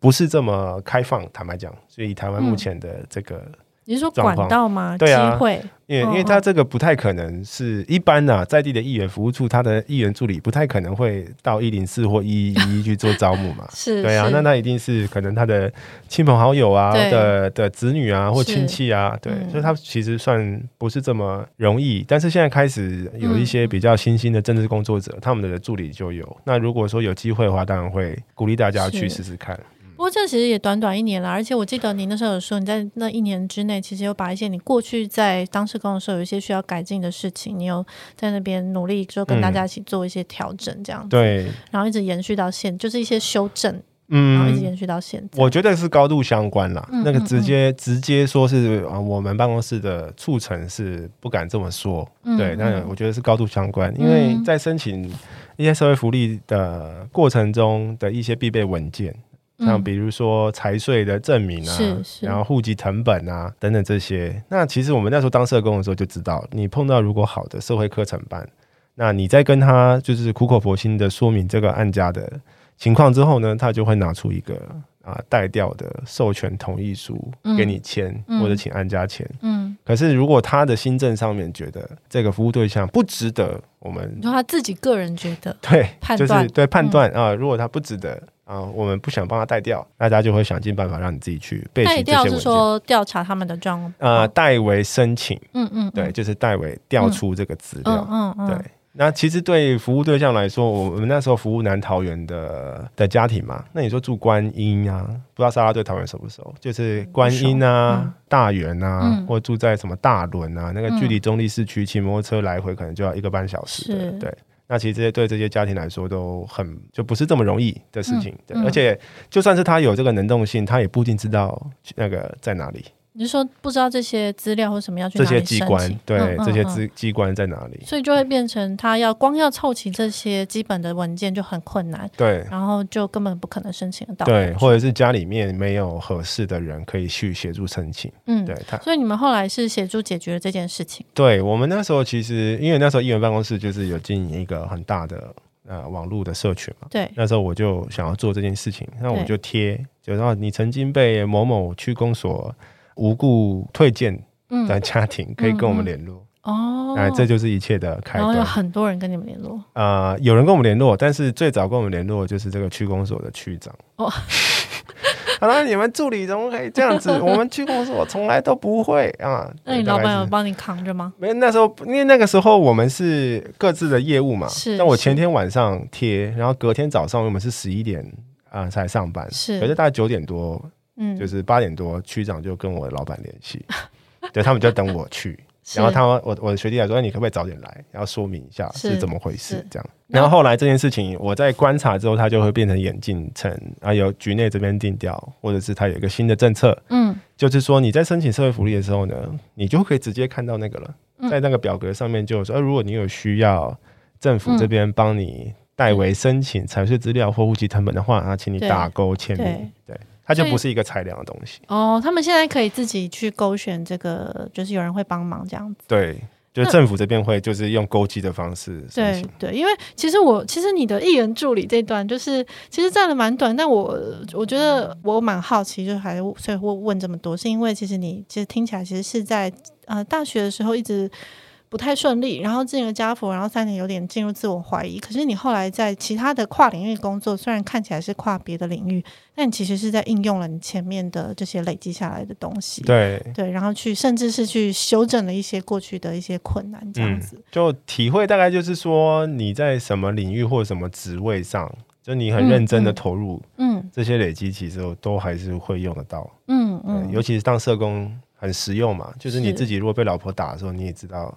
Speaker 2: 不是这么开放。坦白讲，所以以台湾目
Speaker 1: 嗯
Speaker 2: 前的这个，
Speaker 1: 你是说
Speaker 2: 状
Speaker 1: 管
Speaker 2: 况
Speaker 1: 道吗？
Speaker 2: 对啊
Speaker 1: 机会
Speaker 2: 因为因为
Speaker 1: 嗯。
Speaker 2: 它这个不太可能是一般呐、在地的议员服务处，他的议员助理不太可能会到一零四或一一一去做招募嘛
Speaker 1: 是，
Speaker 2: 对啊，
Speaker 1: 是
Speaker 2: 那他一定是可能他的亲朋好友啊
Speaker 1: 对
Speaker 2: 的的子女啊或
Speaker 1: 是
Speaker 2: 亲戚啊，对，
Speaker 1: 嗯
Speaker 2: 所以他其实算不是这么容易。但是现在开始有一
Speaker 1: 嗯
Speaker 2: 些比较新兴的政治工作者，他们的助理就有。那如果说有机会的话，当然会鼓励大家去
Speaker 1: 是
Speaker 2: 试试看。
Speaker 1: 不过这其实也短短一年了，而且我记得你那时候有说，你在那一年之内，其实有把一些你过去在当社工的时候有一些需要改进的事情，你有在那边努力，就跟大家一起做一些调整，这样子、
Speaker 2: 对，
Speaker 1: 然后一直延续到现，就是一些修正，然后一直
Speaker 2: 嗯，
Speaker 1: 延续到现在。
Speaker 2: 我觉得是高度相关啦。
Speaker 1: 嗯
Speaker 2: 那个
Speaker 1: 嗯
Speaker 2: 直接、直接说是啊、呃我们办公室的促成是不敢这么说，
Speaker 1: 嗯嗯
Speaker 2: 对，但我觉得是高度相关，因为在申请一些社会福利的过程中的一些必备文件。像
Speaker 1: 嗯
Speaker 2: 比如说财税的证明啊，
Speaker 1: 是是
Speaker 2: 然后户籍成本啊等等这些。那其实我们那时候当社工的时候就知道，你碰到如果好的社会课程班，那你在跟他就是苦口婆心的说明这个案家的情况之后呢，他就会拿出一个啊带调的授权同意书
Speaker 1: 嗯
Speaker 2: 给你签，
Speaker 1: 嗯
Speaker 2: 或者请案家签。
Speaker 1: 嗯，
Speaker 2: 可是如果他的新政上面觉得这个服务对象不值得我们
Speaker 1: 你说他自己个人觉得
Speaker 2: 对，
Speaker 1: 判
Speaker 2: 就是
Speaker 1: 断嗯
Speaker 2: 对判断啊、如果他不值得，啊，我们不想帮他带掉，大家就会想尽办法让你自己去背
Speaker 1: 代
Speaker 2: 起这些
Speaker 1: 调
Speaker 2: 文
Speaker 1: 是
Speaker 2: 件。
Speaker 1: 说调查他们的状况，
Speaker 2: 呃，代为申请，
Speaker 1: 嗯嗯，
Speaker 2: 对，就是代为调出这个资料。
Speaker 1: 嗯嗯嗯，
Speaker 2: 对，那其实对服务对象来说，我们那时候服务南桃园的的家庭嘛，那你说住观音啊，不知道沙拉对桃园熟不熟？就是观音啊、大园啊，
Speaker 1: 嗯
Speaker 2: 或住在什么大仑啊，那个
Speaker 1: 嗯
Speaker 2: 距离中立市区骑摩托车来回可能就要一个半小时的
Speaker 1: 是，
Speaker 2: 对。那其实这些对这些家庭来说都很就不是这么容易的事情，对
Speaker 1: 嗯
Speaker 2: 而且就算是他有这个能动性，他也不一定知道那个在哪里，
Speaker 1: 你是说不知道这些资料或什么要去
Speaker 2: 这
Speaker 1: 哪里
Speaker 2: 些机
Speaker 1: 申
Speaker 2: 关
Speaker 1: 请
Speaker 2: 对、
Speaker 1: 嗯嗯
Speaker 2: 这些
Speaker 1: 嗯
Speaker 2: 机机关在哪里，
Speaker 1: 所以就会变成他要光要凑齐这些基本的文件就很困难，
Speaker 2: 对，
Speaker 1: 然后就根本不可能申请得到。
Speaker 2: 对，或者是家里面没有合适的人可以去协助申请。
Speaker 1: 嗯
Speaker 2: 对，他
Speaker 1: 所以你们后来是协助解决了这件事情。
Speaker 2: 对我们那时候其实，因为那时候议员办公室就是有经营一个很大的呃网络的社群嘛。
Speaker 1: 对，
Speaker 2: 那时候我就想要做这件事情，那我
Speaker 1: 对
Speaker 2: 就贴，就说你曾经被某某区公所无故推荐
Speaker 1: 嗯，
Speaker 2: 的家庭，可以跟我们
Speaker 1: 嗯嗯
Speaker 2: 联络。
Speaker 1: 哦，
Speaker 2: 哎、这就是一切的开
Speaker 1: 然后有
Speaker 2: 端。
Speaker 1: 很多人跟你们联络，
Speaker 2: 呃，有人跟我们联络，但是最早跟我们联络的就是这个区公所的区长。
Speaker 1: 哦
Speaker 2: 哦，好了，你们助理怎么可以这样子？我们区公所从来都不会啊。
Speaker 1: 那你
Speaker 2: 大
Speaker 1: 老
Speaker 2: 概
Speaker 1: 板有
Speaker 2: 是
Speaker 1: 帮你扛着吗？
Speaker 2: 没有，那时候因为那个时候我们是各自的业务嘛，
Speaker 1: 是
Speaker 2: 那我
Speaker 1: 是
Speaker 2: 前天晚上贴，然后隔天早上我们是十一点啊、才上班，
Speaker 1: 是
Speaker 2: 可是大概九点多，
Speaker 1: 嗯，
Speaker 2: 就是八点多，区长就跟我老板联 系，对他们就等我去，
Speaker 1: 是
Speaker 2: 然后他们我我的学弟来说，哎你可不可以早点来，然后说明一下
Speaker 1: 是
Speaker 2: 是怎么回事
Speaker 1: 是
Speaker 2: 这样。
Speaker 1: 那
Speaker 2: 然后后来这件事情，我在观察之后，它就会变成眼镜城啊，由局内这边定调，或者是它有一个新的政策，
Speaker 1: 嗯
Speaker 2: 就是说你在申请社会福利的时候呢，你就可以直接看到那个了，
Speaker 1: 嗯
Speaker 2: 在那个表格上面就有说，呃如果你有需要政
Speaker 1: 嗯
Speaker 2: 府这边帮你代为申请财税资料或户籍成本的话，啊，请你
Speaker 1: 对
Speaker 2: 打勾签名，对，它就
Speaker 1: 所以
Speaker 2: 不是一个裁量的东西，
Speaker 1: 哦，他们现在可以自己去勾选这个，就是有人会帮忙这样子。
Speaker 2: 对。就是
Speaker 1: 那
Speaker 2: 政府这边会就是用勾稽的方式申
Speaker 1: 对
Speaker 2: 请，
Speaker 1: 对，因为其实我其实你的艺人助理这段就是其实站的蛮短，但我我觉得我蛮好奇，就还所以会问这么多，是因为其实你其实听起来其实是在呃大学的时候一直不太顺利，然后进了家福，然后三年有点进入自我怀疑。可是你后来在其他的跨领域工作，虽然看起来是跨别的领域，但你其实是在应用了你前面的这些累积下来的东西。
Speaker 2: 对，
Speaker 1: 对，然后去甚至是去修正了一些过去的一些困难，这样子。
Speaker 2: 就体会大概就是说你在什么领域或什么职位上，就你很认真的
Speaker 1: 嗯嗯
Speaker 2: 投入、
Speaker 1: 嗯
Speaker 2: 这些累积，其实都还是会用得到。
Speaker 1: 嗯
Speaker 2: 嗯，
Speaker 1: 嗯，
Speaker 2: 尤其是当社工很实用嘛，就是你
Speaker 1: 是
Speaker 2: 自己如果被老婆打的时候，你也 知道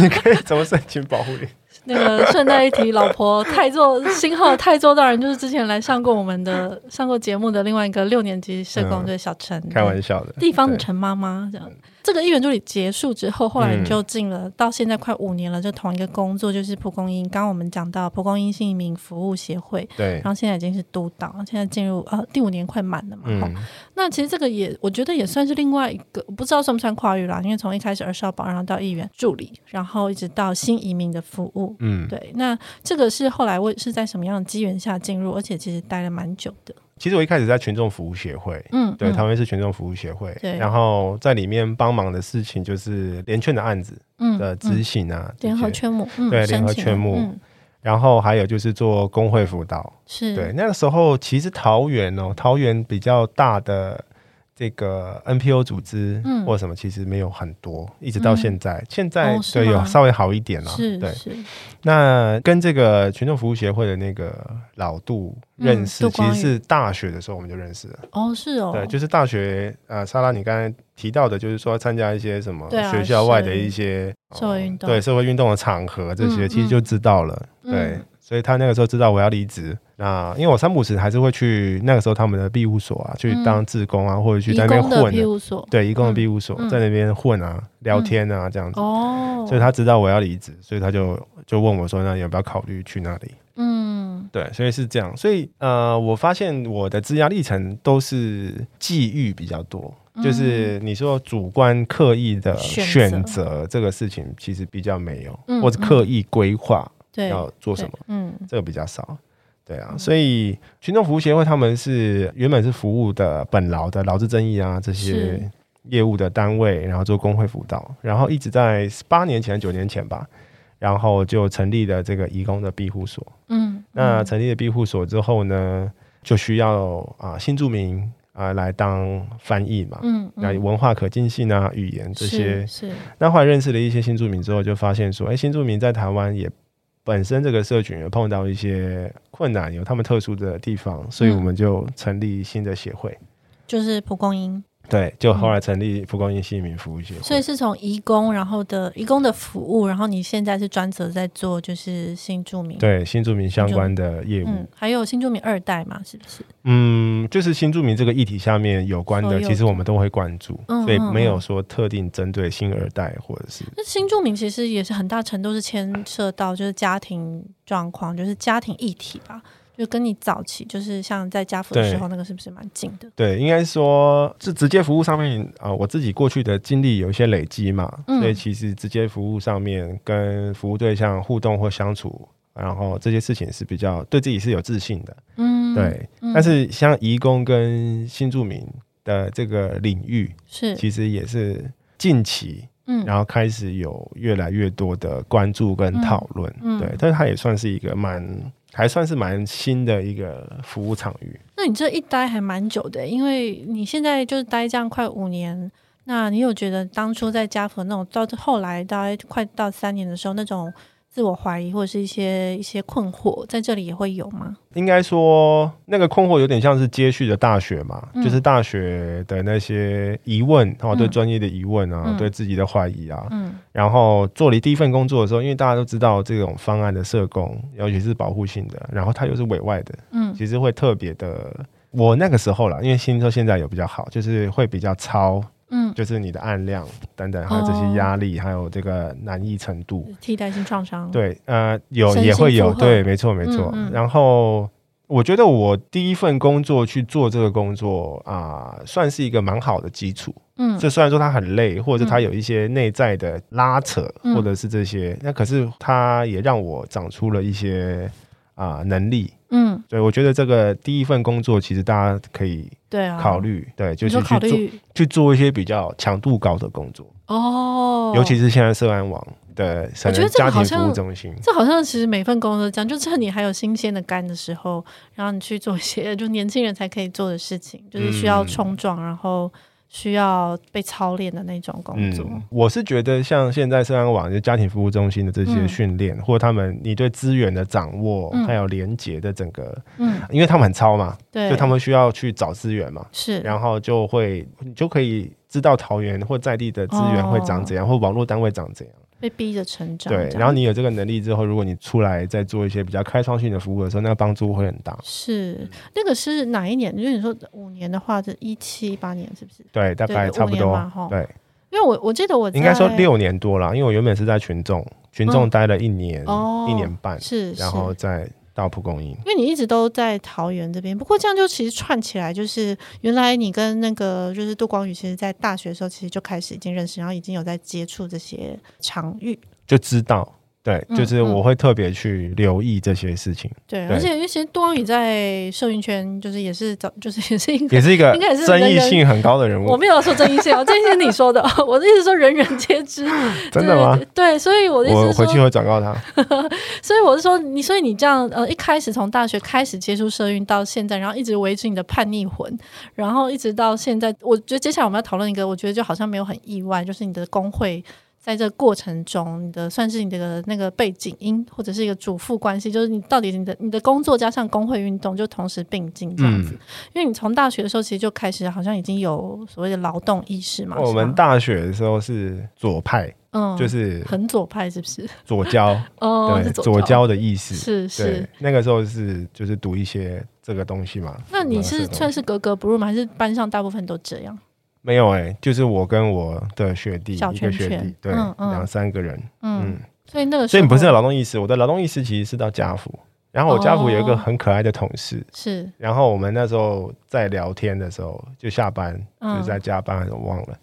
Speaker 2: 你可以怎么申请保护令。
Speaker 1: 那个顺带一提，老婆泰座新号的泰座大人就是之前来上过我们的上过节目的另外一个六年级社工，
Speaker 2: 嗯
Speaker 1: 就是小陈，
Speaker 2: 开玩笑的，
Speaker 1: 地方的
Speaker 2: 对
Speaker 1: 陈妈妈这样。这个议员助理结束之后，后来
Speaker 2: 嗯
Speaker 1: 你就进了，到现在快五年了，就同一个工作，就是蒲公英。刚刚我们讲到蒲公英新移民服务协会，
Speaker 2: 对
Speaker 1: 然，后现在已经是督导，现在进入呃第五年快满了嘛，吼
Speaker 2: 嗯，
Speaker 1: 那其实这个也，我觉得也算是另外一个，我不知道算不算跨域啦，因为从一开始二少保，然后到议员助理，然后一直到新移民的服务。
Speaker 2: 嗯，
Speaker 1: 对，那这个是后来我是在什么样的机缘下进入，而且其实待了蛮久的。
Speaker 2: 其实我一开始在群众服务协会。
Speaker 1: 嗯，
Speaker 2: 对，
Speaker 1: 嗯
Speaker 2: 台湾是群众服务协会，
Speaker 1: 对
Speaker 2: 然后在里面帮忙的事情就是联劝的案子
Speaker 1: 嗯
Speaker 2: 的
Speaker 1: 嗯
Speaker 2: 执行啊，这
Speaker 1: 联合
Speaker 2: 些
Speaker 1: 圈目，嗯，
Speaker 2: 对联合
Speaker 1: 申请
Speaker 2: 圈目
Speaker 1: 嗯，
Speaker 2: 然后还有就是做工会辅导，
Speaker 1: 是，
Speaker 2: 对，，那个时候其实桃园哦，桃园比较大的这个 NPO 组织
Speaker 1: 嗯
Speaker 2: 或什么，其实没有很多，一直到现在，现在、
Speaker 1: 哦是
Speaker 2: 对
Speaker 1: 吗
Speaker 2: 有稍微好一点了、
Speaker 1: 是，
Speaker 2: 对，
Speaker 1: 是，
Speaker 2: 那跟这个群众服务协会的那个老杜认
Speaker 1: 嗯
Speaker 2: 识，
Speaker 1: 杜
Speaker 2: 其
Speaker 1: 光宇
Speaker 2: 实是大学的时候我们就认识了。
Speaker 1: 哦，是哦，
Speaker 2: 对，就是大学呃，莎拉，你刚才提到的，就是说参加一些什么
Speaker 1: 对啊
Speaker 2: 学校外的
Speaker 1: 是
Speaker 2: 一些哦
Speaker 1: 社会运动
Speaker 2: 对社会运动的场合，这些、
Speaker 1: 嗯
Speaker 2: 其实就知道了。
Speaker 1: 嗯
Speaker 2: 对，所以他那个时候知道我要离职，那因为我三五十还是会去那个时候他们的庇护所啊，去
Speaker 1: 嗯
Speaker 2: 当志工啊，或者去
Speaker 1: 移
Speaker 2: 在那边
Speaker 1: 工
Speaker 2: 混、
Speaker 1: 的
Speaker 2: 啊
Speaker 1: 庇护所，
Speaker 2: 对，义工的庇护所、
Speaker 1: 嗯嗯嗯
Speaker 2: 在那边混啊，聊天啊，这样子。
Speaker 1: 哦，
Speaker 2: 所以他知道我要离职，所以他就就问我说：“那要不要考虑去那里？”
Speaker 1: 嗯，
Speaker 2: 对，所以是这样。所以呃，我发现我的职涯历程都是际遇比较多，
Speaker 1: 嗯
Speaker 2: 就是你说主观刻意的
Speaker 1: 选择
Speaker 2: 选择这个事情，其实比较没有，
Speaker 1: 嗯
Speaker 2: 或者刻意规划
Speaker 1: 对，
Speaker 2: 要做什
Speaker 1: 对
Speaker 2: 么，
Speaker 1: 嗯，
Speaker 2: 这个比较少。对啊，所以群众服务协会他们是原本是服务的本劳的劳资争议啊这些
Speaker 1: 是
Speaker 2: 业务的单位，然后做工会辅导，然后一直在八年前九年前吧，然后就成立了这个义工的庇护所。
Speaker 1: 嗯，
Speaker 2: 那
Speaker 1: 嗯
Speaker 2: 成立了庇护所之后呢，就需要啊、新住民啊、来当翻译嘛。
Speaker 1: 嗯，
Speaker 2: 那
Speaker 1: 嗯
Speaker 2: 文化可进性啊，语言这些
Speaker 1: 是，是，
Speaker 2: 那后来认识了一些新住民之后，就发现说，哎，新住民在台湾也本身这个社群也碰到一些困难，有他们特殊的地方，所以
Speaker 1: 嗯
Speaker 2: 我们就成立新的协会。
Speaker 1: 就是蒲公英，
Speaker 2: 对，就后来成立蒲公英新移民服务协
Speaker 1: 嗯所以
Speaker 2: 会。
Speaker 1: 是从移工，然后的移工的服务，然后你现在是专责在做就是新住民，，
Speaker 2: 对新住民相关的业务，
Speaker 1: 嗯，还有新住民二代嘛，是不是？
Speaker 2: 嗯就是新住民这个议题下面有关
Speaker 1: 所
Speaker 2: 的，
Speaker 1: 有的
Speaker 2: 其实我们都会关注，
Speaker 1: 嗯
Speaker 2: 所以
Speaker 1: 嗯
Speaker 2: 没有
Speaker 1: 嗯
Speaker 2: 说特定针对新二代或者是
Speaker 1: 那新住民其实也是很大程度是牵涉到就是家庭状况，就是家庭议题吧，就跟你早期就是像在家福的时候那个是不是蛮近的？
Speaker 2: 对，应该说是直接服务上面啊、呃我自己过去的经历有一些累积嘛，
Speaker 1: 嗯
Speaker 2: 所以其实直接服务上面跟服务对象互动或相处，然后这些事情是比较对自己是有自信的，
Speaker 1: 嗯，
Speaker 2: 对。
Speaker 1: 嗯，
Speaker 2: 但是像移工跟新住民的这个领域，
Speaker 1: 是
Speaker 2: 其实也是近期，
Speaker 1: 嗯
Speaker 2: 然后开始有越来越多的关注跟讨论，
Speaker 1: 嗯嗯
Speaker 2: 对。但是它也算是一个蛮，还算是蛮新的一个服务场域。
Speaker 1: 那你这一待还蛮久的，因为你现在就是待这样快五年，那你有觉得当初在家福那种到后来大概快到三年的时候那种自我怀疑或者是一些一些困惑，在这里也会有吗？
Speaker 2: 应该说，那个困惑有点像是接续的大学嘛，
Speaker 1: 嗯
Speaker 2: 就是大学的那些疑问，哦，
Speaker 1: 嗯
Speaker 2: 对专业的疑问啊，
Speaker 1: 嗯
Speaker 2: 对自己的怀疑啊。
Speaker 1: 嗯
Speaker 2: 然后做了第一份工作的时候，因为大家都知道这种方案的社工，尤其是保护性的，然后它又是委外的，
Speaker 1: 嗯
Speaker 2: 其实会特别的。我那个时候啦，因为新车现在有比较好，就是会比较超，
Speaker 1: 嗯，
Speaker 2: 就是你的按量等等，还有这
Speaker 1: 哦
Speaker 2: 些压力，还有这个难易程度。
Speaker 1: 替代性创伤，，
Speaker 2: 对，呃，有
Speaker 1: 哦身
Speaker 2: 也
Speaker 1: 心
Speaker 2: 会有，
Speaker 1: 负荷
Speaker 2: 对，没错没错。
Speaker 1: 嗯嗯
Speaker 2: 然后我觉得我第一份工作去做这个工作啊、算是一个蛮好的基础。
Speaker 1: 嗯
Speaker 2: 这虽然说它很累，或者是它
Speaker 1: 嗯
Speaker 2: 有一些内在的拉扯，
Speaker 1: 嗯
Speaker 2: 或者是这些，那可是它也让我长出了一些啊、能力。
Speaker 1: 嗯，
Speaker 2: 对，我觉得这个第一份工作其实大家可以
Speaker 1: 对啊，
Speaker 2: 考虑，对，就
Speaker 1: 你说
Speaker 2: 是
Speaker 1: 考
Speaker 2: 去做
Speaker 1: 虑
Speaker 2: 去做一些比较强度高的工作，
Speaker 1: 哦，
Speaker 2: 尤其是现在社安网的可
Speaker 1: 我觉得
Speaker 2: 能
Speaker 1: 这个
Speaker 2: 家
Speaker 1: 好
Speaker 2: 庭服务
Speaker 1: 像
Speaker 2: 中心。
Speaker 1: 这好像其实每份工作都这样，就趁你还有新鲜的肝的时候， 然后你去做一些就年轻人才可以做的事情，就是需要冲撞，然后需要被操练的那种工作。
Speaker 2: 嗯，我是觉得像现在社安网就家庭服务中心的这些
Speaker 1: 嗯
Speaker 2: 训练，或他们你对资源的掌握，
Speaker 1: 嗯
Speaker 2: 还有连接的整个，
Speaker 1: 嗯，
Speaker 2: 因为他们很超嘛，
Speaker 1: 对，
Speaker 2: 就他们需要去找资源嘛，
Speaker 1: 是，
Speaker 2: 然后就会你就可以知道桃园或在地的资源会长怎样，或网络单位长怎样。
Speaker 1: 被逼着成哦长这
Speaker 2: 对
Speaker 1: 样。，
Speaker 2: 然后你有这个能力之后，如果你出来再做一些比较开创性的服务的时候，那个帮助会很大。
Speaker 1: 是那个是哪一年？就是你说五年的话，是一七八年是不是？
Speaker 2: 对，大
Speaker 1: 对
Speaker 2: 概
Speaker 1: 五
Speaker 2: 差不
Speaker 1: 年嘛
Speaker 2: 多
Speaker 1: 吼。
Speaker 2: 对，
Speaker 1: 因为我我记得我在嗯
Speaker 2: 应该说六年多啦，因为我原本是在群众，群众待了一年、
Speaker 1: 哦
Speaker 2: 一年半，
Speaker 1: 是，
Speaker 2: 然后
Speaker 1: 是
Speaker 2: 再到蒲公英。
Speaker 1: 因为你一直都在桃园这边，不过这样就其实串起来，就是原来你跟那个就是杜光宇，其实在大学的时候其实就开始已经认识，然后已经有在接触这些场域。
Speaker 2: 就知道，对，
Speaker 1: 嗯
Speaker 2: 就是我会特别去留意这些事情，
Speaker 1: 对，
Speaker 2: 对
Speaker 1: 而且因为其实杜光宇在社运圈就是也是 早就是也是一个，
Speaker 2: 也是一个
Speaker 1: 应该也是
Speaker 2: 争议性很高的人
Speaker 1: 我
Speaker 2: 物，
Speaker 1: 没有说争议性哦，争议性是你说的， 我的意思说人人皆知。
Speaker 2: 真的吗
Speaker 1: 对？？对，所以我的意思
Speaker 2: 我
Speaker 1: 是
Speaker 2: 回
Speaker 1: 说，
Speaker 2: 去会转告他。
Speaker 1: 所以我是说，你所以你这样呃，一开始从大学开始接触社运到现在，然后一直维持你的叛逆魂，然后一直到现在，我觉得接下来我们要讨论一个，我觉得就好像没有很意外，就是你的工会在这个过程中，你的算是你的那个背景音或者是一个主妇关系，就是你到底你的你的工作加上工会运动就同时并进这
Speaker 2: 嗯
Speaker 1: 样子，因为你从大学的时候其实就开始好像已经有所谓的劳动意识嘛，
Speaker 2: 我
Speaker 1: 是
Speaker 2: 们
Speaker 1: 吗
Speaker 2: 大学的时候是左派，
Speaker 1: 嗯
Speaker 2: 就是
Speaker 1: 很左派是不是？
Speaker 2: 左交，
Speaker 1: 哦，
Speaker 2: 对，
Speaker 1: 是
Speaker 2: 左交的意思。
Speaker 1: 是是
Speaker 2: 对，。那个时候是就是读一些这个东西嘛。
Speaker 1: 那你
Speaker 2: 这
Speaker 1: 是
Speaker 2: 个东西
Speaker 1: 算是格格不入吗？还是班上大部分都这样？
Speaker 2: 没有哎、就是我跟我的学弟
Speaker 1: 小
Speaker 2: 一
Speaker 1: 圈
Speaker 2: 个学弟
Speaker 1: 圈，
Speaker 2: 对，
Speaker 1: 嗯嗯
Speaker 2: 两三个人，
Speaker 1: 嗯，
Speaker 2: 嗯，
Speaker 1: 所以那个时
Speaker 2: 所
Speaker 1: 候
Speaker 2: 以你不是有劳动意识，我的劳动意识其实是到家福，然后我家福有一个
Speaker 1: 哦
Speaker 2: 很可爱的同事，
Speaker 1: 是
Speaker 2: 然后我们那时候在聊天的时候，就下班，就
Speaker 1: 嗯
Speaker 2: 是在加班，我忘了。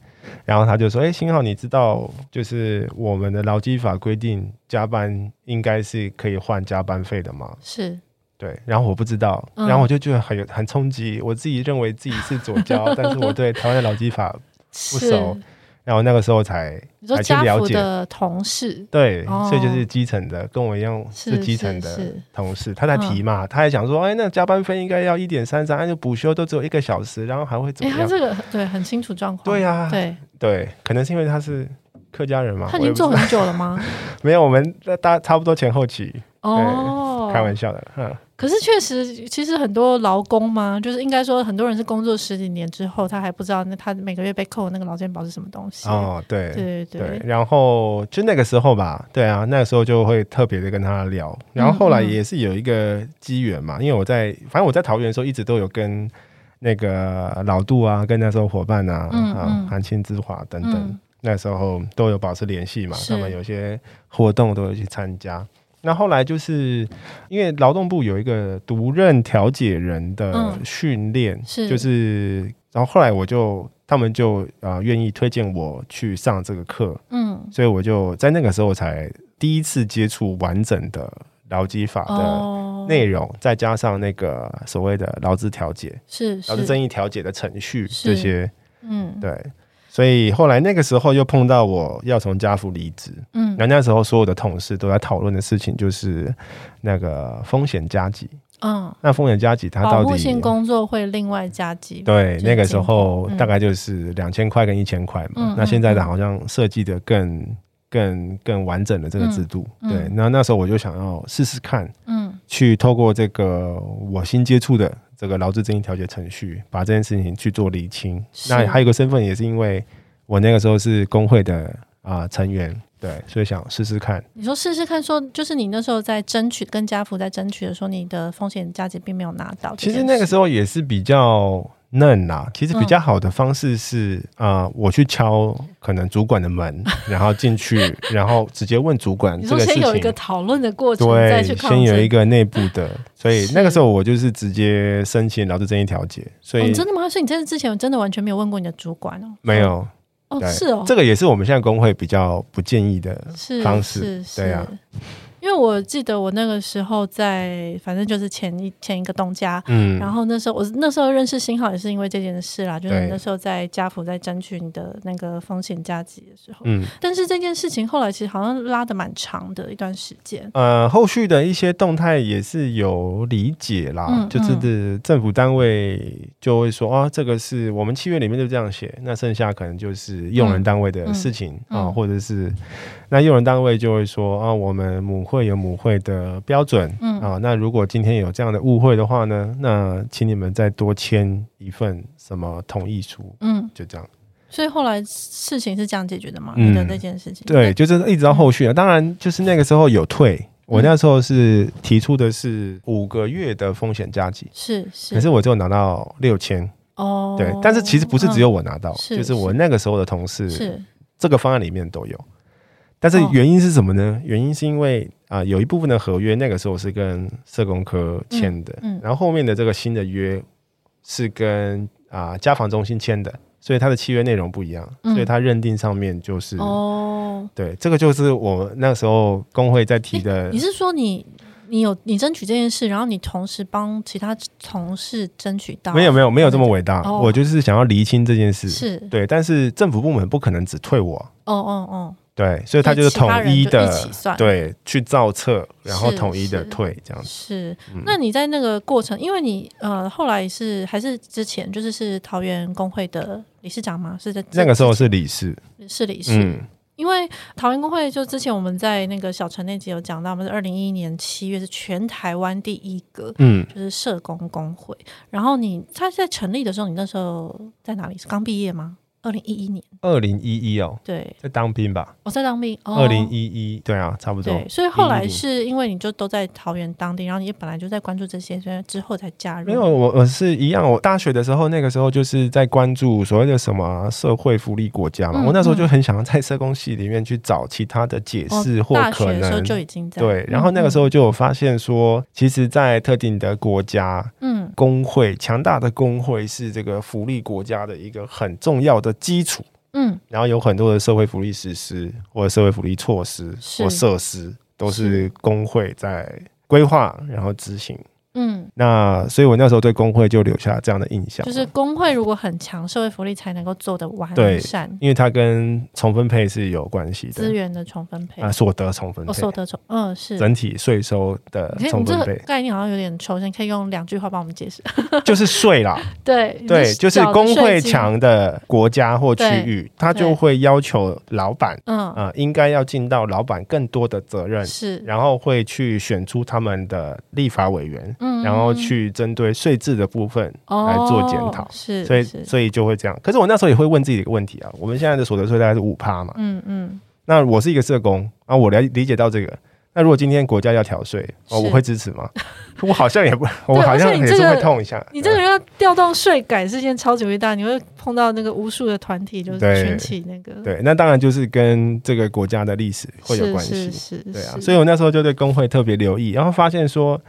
Speaker 2: 然后他就说：“哎，幸好你知道，就是我们的劳基法规定，加班应该是可以换加班费的嘛？
Speaker 1: 是
Speaker 2: 对。”然后我不知道，
Speaker 1: 嗯
Speaker 2: 然后我就觉得很有很 冲击。我自己认为自己是左交，但是我对台湾的劳基法，
Speaker 1: 是
Speaker 2: 熟然后那个时候才
Speaker 1: 你说
Speaker 2: 才去
Speaker 1: 家
Speaker 2: 了
Speaker 1: 福
Speaker 2: 解
Speaker 1: 的同事，
Speaker 2: 对，
Speaker 1: 哦
Speaker 2: 所以就是基层的，跟我一样
Speaker 1: 是
Speaker 2: 基层
Speaker 1: 是
Speaker 2: 的
Speaker 1: 是嗯
Speaker 2: 同事，他在提嘛，他还讲说，哎，那加班费应该要一点三三，哎，就补休都只有一个小时，然后还会怎
Speaker 1: 哎，
Speaker 2: 么
Speaker 1: 他
Speaker 2: 样？
Speaker 1: 这个对很清楚状况，
Speaker 2: 对啊呀
Speaker 1: 对，
Speaker 2: 对，可能是因为他是客家人嘛，
Speaker 1: 他已
Speaker 2: 啊我也
Speaker 1: 经
Speaker 2: 不知道
Speaker 1: 做很久了 吗？
Speaker 2: 没有，我们大差不多前后期，
Speaker 1: 哦，
Speaker 2: 开玩笑的，嗯，
Speaker 1: 可是确实，其实很多劳工嘛，就是应该说，很多人是工作十几年之后，他还不知道那他每个月被扣的那个劳健保是什么东西。
Speaker 2: 哦，对，
Speaker 1: 对对
Speaker 2: 对
Speaker 1: 对，，
Speaker 2: 然后就那个时候吧，对啊，那个时候就会特别的跟他聊，然后后来
Speaker 1: 嗯嗯
Speaker 2: 也是有一个机缘嘛，因为我在，反正我在桃园的时候一直都有跟那个老杜啊，跟那时候伙伴啊，
Speaker 1: 嗯
Speaker 2: 啊
Speaker 1: 嗯，
Speaker 2: 韩青之华等等，
Speaker 1: 嗯
Speaker 2: 那时候都有保持联系嘛，
Speaker 1: 是
Speaker 2: 他们有些活动都有去参加。那后来就是因为劳动部有一个独任调解人的
Speaker 1: 嗯
Speaker 2: 训练，
Speaker 1: 是
Speaker 2: 就是，然后后来我就他们就啊愿、意推荐我去上这个课，
Speaker 1: 嗯，
Speaker 2: 所以我就在那个时候才第一次接触完整的劳基法的
Speaker 1: 哦，
Speaker 2: 内容，再加上那个所谓的劳资调解、
Speaker 1: 是
Speaker 2: 劳资争
Speaker 1: 是，
Speaker 2: 议调解的程序
Speaker 1: 是
Speaker 2: 这些，
Speaker 1: 嗯
Speaker 2: 对。所以后来那个时候又碰到我要从家福离职，
Speaker 1: 嗯
Speaker 2: 那那时候所有的同事都在讨论的事情就是那个风险加急。
Speaker 1: 嗯，
Speaker 2: 那风险加急它
Speaker 1: 保
Speaker 2: 到底
Speaker 1: 护性工作会另外加级。
Speaker 2: 对，
Speaker 1: 就是
Speaker 2: 那个时
Speaker 1: 进
Speaker 2: 候
Speaker 1: 口嗯
Speaker 2: 大概就是两千块跟一千块嘛。
Speaker 1: 嗯
Speaker 2: 那
Speaker 1: 嗯
Speaker 2: 现在的
Speaker 1: 嗯
Speaker 2: 好像设计的更更更完整的这个制度。
Speaker 1: 嗯嗯
Speaker 2: 对，那那时候我就想要试试看，
Speaker 1: 嗯
Speaker 2: 去透过这个我新接触的这个劳资争议调解程序，把这件事情去做厘清。
Speaker 1: 是
Speaker 2: 那还有一个身份也是因为我那个时候是工会的啊、成员，对，所以想试试看。
Speaker 1: 你说试试看说，就是你那时候在争取跟家福在争取的时候，你的风险加级并没有拿到这
Speaker 2: 其
Speaker 1: 件事。
Speaker 2: 实那个时候也是比较嫩
Speaker 1: 嗯
Speaker 2: 啦。其实比较好的方式是啊、呃我去敲可能主管 的门，然后进去，然后直接问主管
Speaker 1: 你
Speaker 2: 这
Speaker 1: 说
Speaker 2: 个事
Speaker 1: 先有一
Speaker 2: 情
Speaker 1: 个。讨论的过程，再
Speaker 2: 对，
Speaker 1: 去抗
Speaker 2: 先有
Speaker 1: 争
Speaker 2: 一个内部的，所以那个
Speaker 1: 是
Speaker 2: 时候我就是直接申请劳资争议调解，所
Speaker 1: 哦
Speaker 2: 以
Speaker 1: 真的吗？所以你在这之前真的完全没有问过你的主管哦？
Speaker 2: 没有。
Speaker 1: 哦，
Speaker 2: 对
Speaker 1: 是哦，
Speaker 2: 这个也是我们现在工会比较不建议的。
Speaker 1: 是
Speaker 2: 方式
Speaker 1: 是是
Speaker 2: 对啊
Speaker 1: 因为我记得我那个时候在，反正就是前一前一个东家。
Speaker 2: 嗯，
Speaker 1: 然后那时候我那时候认识新浩也是因为这件事啦，就是
Speaker 2: 对
Speaker 1: 你那时候在家福在争取你的那个风险加急的时候，
Speaker 2: 嗯
Speaker 1: 但是这件事情后来其实好像拉的蛮长的一段时间，
Speaker 2: 呃，后续的一些动态也是有理解啦，
Speaker 1: 嗯
Speaker 2: 就是政府单位就会说啊，这个是我们契约里面就这样写，那剩下可能就是用人单位的事情
Speaker 1: 嗯
Speaker 2: 啊、
Speaker 1: 嗯
Speaker 2: 或者是那用人单位就会说啊，我们母会有母会的标准，
Speaker 1: 嗯
Speaker 2: 啊，那如果今天有这样的误会的话呢，那请你们再多签一份什么同意书，
Speaker 1: 嗯，
Speaker 2: 就这样。
Speaker 1: 所以后来事情是这样解决的嘛？
Speaker 2: 嗯
Speaker 1: 你的这件事情，
Speaker 2: 对，，就是一直到后
Speaker 1: 嗯
Speaker 2: 续啊。当然，就是那个时候有退，我那时候是提出的是五个月的风险加急，
Speaker 1: 是嗯是，
Speaker 2: 可是我只有拿到六千。
Speaker 1: 哦，
Speaker 2: 对，但是其实不是只有我拿到，
Speaker 1: 嗯是
Speaker 2: 就是我那个时候的同
Speaker 1: 嗯
Speaker 2: 事，
Speaker 1: 是
Speaker 2: 这个方案里面都有。但是
Speaker 1: 哦
Speaker 2: 原因是什么呢？原因是因为啊、有一部分的合约那个时候是跟社工科签的，
Speaker 1: 嗯嗯
Speaker 2: 然后后面的这个新的约是跟啊、家访中心签的，所以它的契约内容不一样，
Speaker 1: 嗯
Speaker 2: 所以它认定上面就是
Speaker 1: 哦，
Speaker 2: 对，这个就是我那时候工会在提的
Speaker 1: 你，是说你你有你争取这件事，然后你同时帮其他同事争取到？
Speaker 2: 没有没有没有这么伟大，
Speaker 1: 哦
Speaker 2: 我就是想要厘清这件事。
Speaker 1: 是
Speaker 2: 对，但是政府部门不可能只退我，
Speaker 1: 哦哦哦，
Speaker 2: 对，所以他
Speaker 1: 对
Speaker 2: 是
Speaker 1: 其
Speaker 2: 统
Speaker 1: 他人
Speaker 2: 一
Speaker 1: 就
Speaker 2: 的
Speaker 1: 一起算
Speaker 2: 对去造册，然后
Speaker 1: 是
Speaker 2: 统一的
Speaker 1: 是
Speaker 2: 退这样子。
Speaker 1: 是。
Speaker 2: 嗯
Speaker 1: 那你在那个过程，因为你呃后来是还是之前就是是桃园工会的理事长吗？是在
Speaker 2: 那个时候是理事，
Speaker 1: 是理事，
Speaker 2: 嗯，
Speaker 1: 因为桃园工会就之前我们在那个小陈那集有讲到，我们是二零一一年七月是全台湾第一个。
Speaker 2: 嗯，
Speaker 1: 就是社工工会，然后你他在成立的时候，你那时候在哪里？是刚毕业吗？二零一一年，
Speaker 2: 二零一一哦，
Speaker 1: 对，
Speaker 2: 在当兵吧，
Speaker 1: 我在当兵。
Speaker 2: 二
Speaker 1: 二
Speaker 2: 零一一，对啊，差不多
Speaker 1: 哦对，。所以后来
Speaker 2: 110
Speaker 1: 是因为你就都在桃园当地，然后你本来就在关注这些，所以之后才加入。
Speaker 2: 没有，我我是一样。我大学的时候，那个时候就是在关注所谓的什么社会福利国家嘛。
Speaker 1: 嗯
Speaker 2: 我那时候
Speaker 1: 嗯哦
Speaker 2: 就很想要在社工系里面去找其他的解释或
Speaker 1: 大
Speaker 2: 可
Speaker 1: 学的时候
Speaker 2: 能。
Speaker 1: 就已经在
Speaker 2: 对，然后
Speaker 1: 嗯
Speaker 2: 那个时候就有发现说，其实，在特定的国家，
Speaker 1: 嗯
Speaker 2: 工会强大的工会是这个福利国家的一个很重要的基础。
Speaker 1: 嗯
Speaker 2: 然后有很多的社会福利实施或者社会福利措施
Speaker 1: 是
Speaker 2: 或设施，都是工会在规划，然后执行。
Speaker 1: 嗯
Speaker 2: 那所以我那时候对工会就留下这样的印象
Speaker 1: 就
Speaker 2: 嘛，
Speaker 1: 是工会如果很强，社会福利才能够做得完
Speaker 2: 对
Speaker 1: 善，
Speaker 2: 因为它跟重分配是有关系
Speaker 1: 资
Speaker 2: 的
Speaker 1: 源的重分配
Speaker 2: 啊，，所得重分
Speaker 1: 哦，
Speaker 2: 配
Speaker 1: 所，得重，嗯，是。
Speaker 2: 整体税收的
Speaker 1: 你看，
Speaker 2: 重
Speaker 1: 你这
Speaker 2: 分
Speaker 1: 个
Speaker 2: 配
Speaker 1: 概念好像有点抽象，你可以用两句话帮我们解释。
Speaker 2: 就是税啦，
Speaker 1: 对， 你
Speaker 2: 对，就是
Speaker 1: 缴的
Speaker 2: 工
Speaker 1: 税
Speaker 2: 会
Speaker 1: 金，
Speaker 2: 强的国家或区域，它就会要求老板
Speaker 1: 嗯，
Speaker 2: 啊、呃应该要尽到老板更多的责任，
Speaker 1: 是，
Speaker 2: 嗯然后会去选出他们的立法委员，
Speaker 1: 嗯，
Speaker 2: 然后去针对税制的部分来做检
Speaker 1: 哦
Speaker 2: 讨。
Speaker 1: 是，
Speaker 2: 所以，
Speaker 1: 是
Speaker 2: 所以就会这样。可是我那时候也会问自己一个问题啊，我们现在的所得税大概是五趴嘛，
Speaker 1: 嗯嗯，
Speaker 2: 那我是一个社工啊，我了理解到这个。那如果今天国家要调税，哦，
Speaker 1: 是
Speaker 2: 我会支持吗？ 我好像 也不，我好
Speaker 1: 而
Speaker 2: 像
Speaker 1: 且
Speaker 2: 也
Speaker 1: 你
Speaker 2: 是
Speaker 1: 这个
Speaker 2: 会痛一下。
Speaker 1: 你这个要调动税改是件超级伟大，你会碰到那个无数的团体，就是
Speaker 2: 对
Speaker 1: 群起那个，
Speaker 2: 对，那当然就是跟这个国家的历史会有
Speaker 1: 是
Speaker 2: 关系
Speaker 1: 是。是，
Speaker 2: 对啊，
Speaker 1: 是
Speaker 2: 所以我那时候就对工会特别留意，然后发现说，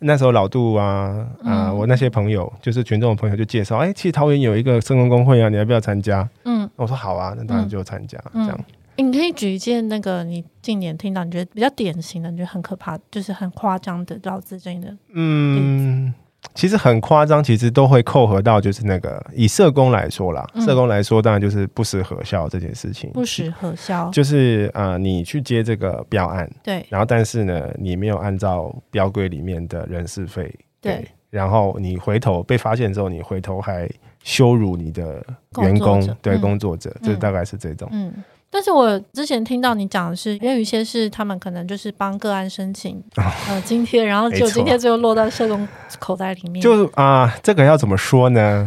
Speaker 2: 那时候老杜啊啊、
Speaker 1: 嗯
Speaker 2: 我那些朋友，就是群众的朋友就介绍，哎、其实桃园有一个社工工会啊，你要不要参加？
Speaker 1: 嗯，
Speaker 2: 我说好啊，那当然就参加、
Speaker 1: 嗯
Speaker 2: 这样。
Speaker 1: 你可以举一件那个你近年听到你觉得比较典型的，你觉得很可怕，就是很夸张的绕自证的，
Speaker 2: 嗯，其实很夸张，其实都会扣合到就是那个以社工来说啦，
Speaker 1: 嗯
Speaker 2: 社工来说当然就是不实核销这件事情，
Speaker 1: 不时核销，
Speaker 2: 就是呃，你去接这个标案，
Speaker 1: 对
Speaker 2: 然后但是呢，你没有按照标规里面的人事费
Speaker 1: 对
Speaker 2: 给，然后你回头被发现之后，你回头还羞辱你的
Speaker 1: 工
Speaker 2: 员工，
Speaker 1: 作者
Speaker 2: 对
Speaker 1: 嗯
Speaker 2: 工作者，这
Speaker 1: 嗯
Speaker 2: 大概是这种。
Speaker 1: 嗯。但是我之前听到你讲的是，因为有一些是他们可能就是帮个案申请、呃津贴，然后
Speaker 2: 哦没
Speaker 1: 就
Speaker 2: 错
Speaker 1: 津贴最后落到社工口袋里面，
Speaker 2: 就啊、这个要怎么 说呢？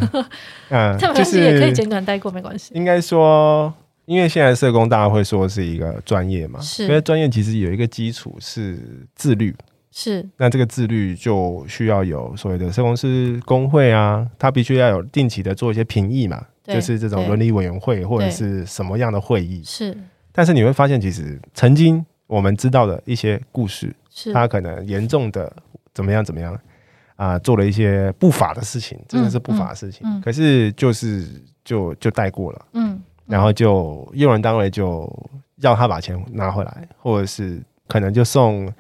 Speaker 2: 嗯、
Speaker 1: 他们
Speaker 2: 就
Speaker 1: 其实也可以
Speaker 2: 是
Speaker 1: 简短带过，没关系。
Speaker 2: 应该说，因为现在社工大家会说是一个专业嘛，
Speaker 1: 是
Speaker 2: 因为专业其实有一个基础是自律，
Speaker 1: 是
Speaker 2: 那这个自律就需要有所谓的社工师工会啊，他必须要有定期的做一些评议嘛，
Speaker 1: 对
Speaker 2: 就是这种伦理委员会或者是什么样的会议。
Speaker 1: 是
Speaker 2: 但是你会发现，其实曾经我们知道的一些故事，
Speaker 1: 是，
Speaker 2: 他可能严重的怎么样怎么样啊、做了一些不法的事情，真的是不法的事情，
Speaker 1: 嗯嗯
Speaker 2: 可是就是就就带过了，
Speaker 1: 嗯，
Speaker 2: 然后就用人单位就要他把钱拿回来，或者是可能就送。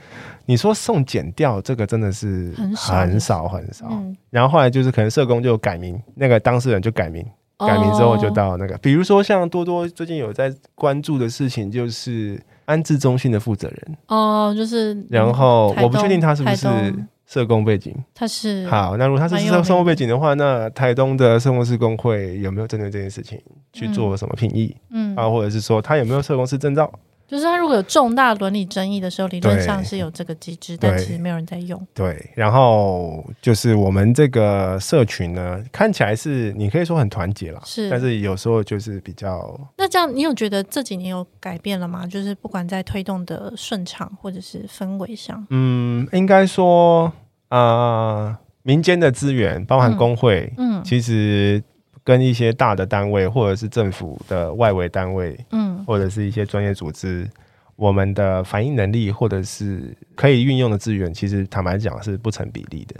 Speaker 2: 你说送检调这个真的是
Speaker 1: 很少
Speaker 2: 很少很少。
Speaker 1: 嗯，
Speaker 2: 然后后来就是可能社工就改名，那个当事人就改名，改名之后就
Speaker 1: 哦
Speaker 2: 到那个，比如说像多多最近有在关注的事情就是安置中心的负责人，
Speaker 1: 哦，就是
Speaker 2: 然后
Speaker 1: 台
Speaker 2: 我不确定
Speaker 1: 东
Speaker 2: 他是不
Speaker 1: 台
Speaker 2: 是
Speaker 1: 东
Speaker 2: 社工背景。
Speaker 1: 他是
Speaker 2: 好，那如果他是
Speaker 1: 蛮有
Speaker 2: 社
Speaker 1: 名
Speaker 2: 生活背景的话，那台东的社工师工会有没有针对这件事情去做什么评议？
Speaker 1: 嗯，
Speaker 2: 啊，或者是说他有没有社工师证照？
Speaker 1: 就是他如果有重大伦理争议的时候，理论
Speaker 2: 对
Speaker 1: 上是有这个机制，但
Speaker 2: 对
Speaker 1: 其实没有人在用。
Speaker 2: 对，然后就是我们这个社群呢，看起来是你可以说很团结啦，
Speaker 1: 是
Speaker 2: 但是有时候就是比较
Speaker 1: 那这样，你有觉得这几年有改变了吗？就是不管在推动的顺畅或者是氛围上，
Speaker 2: 嗯，应该说啊、呃民间的资源，包含
Speaker 1: 嗯
Speaker 2: 工会，
Speaker 1: 嗯
Speaker 2: 其实跟一些大的单位或者是政府的外围单位，
Speaker 1: 嗯
Speaker 2: 或者是一些专业组织。我们的反应能力，或者是可以运用的资源，其实坦白讲是不成比例的。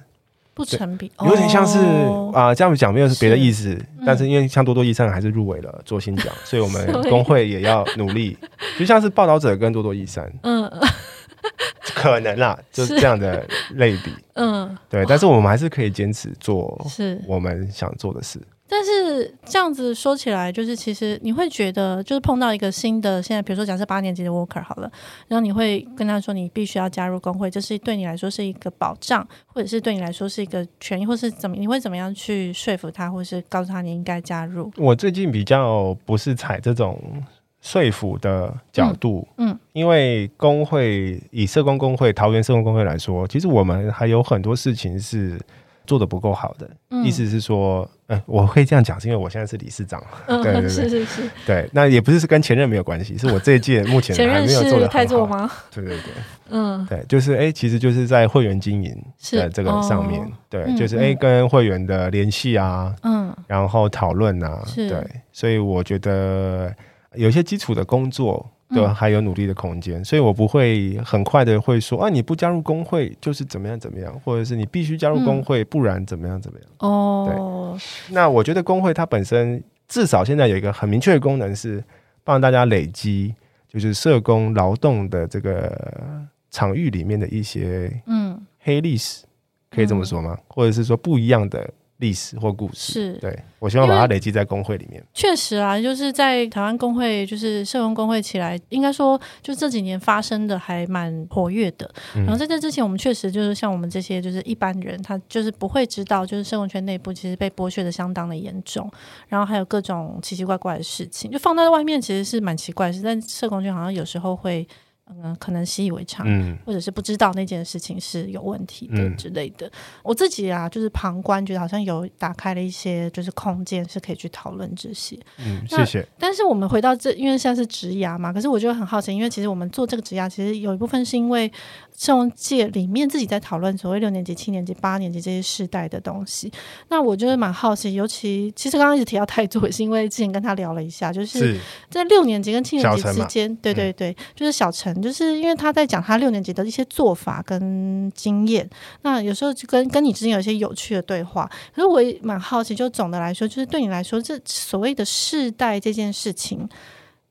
Speaker 1: 不成比，
Speaker 2: 有点像是
Speaker 1: 哦
Speaker 2: 啊、这样讲没有别的意思，
Speaker 1: 嗯
Speaker 2: 但是因为像多多益善还是入围了做新奖，所以我们
Speaker 1: 所以
Speaker 2: 工会也要努力，就像是报道者跟多多益善
Speaker 1: 嗯
Speaker 2: 可能啦，就是这样的类比，
Speaker 1: 嗯
Speaker 2: 对，但是我们还是可以坚持做
Speaker 1: 是。
Speaker 2: 我们想做的事，
Speaker 1: 但是这样子说起来，就是其实你会觉得，就是碰到一个新的，现在比如说假设八年级的 worker 好了，然后你会跟他说你必须要加入工会，这是对你来说是一个保障，或者是对你来说是一个权益，或是怎么你会怎么样去说服他，或是告诉他你应该加入？
Speaker 2: 我最近比较不是采这种说服的角度，
Speaker 1: 嗯嗯
Speaker 2: 因为工会以社工工会桃园社工工会来说，其实我们还有很多事情是做的不够好的，
Speaker 1: 嗯
Speaker 2: 意思是说，呃，我会这样讲，是因为我现在是理事长，
Speaker 1: 嗯，
Speaker 2: 对对对
Speaker 1: 是是是，
Speaker 2: 对，那也不是跟前任没有关系，是我这一届目前
Speaker 1: 前
Speaker 2: 还
Speaker 1: 任
Speaker 2: 没有做
Speaker 1: 是
Speaker 2: 的
Speaker 1: 泰座？吗？
Speaker 2: 对对对
Speaker 1: 嗯，
Speaker 2: 对，就是哎、其实就是在会员经营
Speaker 1: 是
Speaker 2: 的这个上面，
Speaker 1: 哦
Speaker 2: 对，
Speaker 1: 嗯
Speaker 2: 就是哎、
Speaker 1: 嗯
Speaker 2: 跟会员的联系啊，
Speaker 1: 嗯，
Speaker 2: 然后讨论啊，
Speaker 1: 是
Speaker 2: 对，所以我觉得有些基础的工作。对，
Speaker 1: 嗯
Speaker 2: 还有努力的空间，所以我不会很快的会说啊，你不加入工会就是怎么样怎么样，或者是你必须加入
Speaker 1: 嗯
Speaker 2: 工会，不然怎么样怎么样。
Speaker 1: 哦，
Speaker 2: 那我觉得工会它本身至少现在有一个很明确的功能是帮大家累积，就是社工劳动的这个场域里面的一些
Speaker 1: 嗯
Speaker 2: 黑历史，可以这么说吗？或者是说不一样的历史或故事？
Speaker 1: 是
Speaker 2: 对我希望把它累积在工会里面。
Speaker 1: 确实啊，就是在台湾工会，就是社工工会起来，应该说就这几年发生的还蛮活跃的。
Speaker 2: 嗯
Speaker 1: 然后在这之前，我们确实就是像我们这些就是一般人，他就是不会知道，就是社工圈内部其实被剥削的相当的严重，然后还有各种奇奇怪怪的事情，就放在外面其实是蛮奇怪的事，但社工圈好像有时候会嗯、可能习以为常。
Speaker 2: 嗯
Speaker 1: 或者是不知道那件事情是有问题的
Speaker 2: 嗯
Speaker 1: 之类的。我自己啊，就是旁观，觉得好像有打开了一些就是空间，是可以去讨论这些。
Speaker 2: 嗯，
Speaker 1: 那
Speaker 2: 谢谢。
Speaker 1: 但是我们回到这，因为现在是职涯嘛，可是我就很好奇，因为其实我们做这个职涯，其实有一部分是因为社工界里面自己在讨论所谓六年级、七年级、八年级这些世代的东西。那我就是蛮好奇，尤其其实刚刚一直提到泰铢，也是因为之前跟他聊了一下，就是
Speaker 2: 是
Speaker 1: 在六年级跟七年级
Speaker 2: 小陈
Speaker 1: 之
Speaker 2: 嘛嗯
Speaker 1: 间，对对对，就是小陈，就是因为他在讲他六年级的一些做法跟经验，那有时候就跟跟你之间有一些有趣的对话。可是我也蛮好奇，就总的来说，就是对你来说，这所谓的世代这件事情，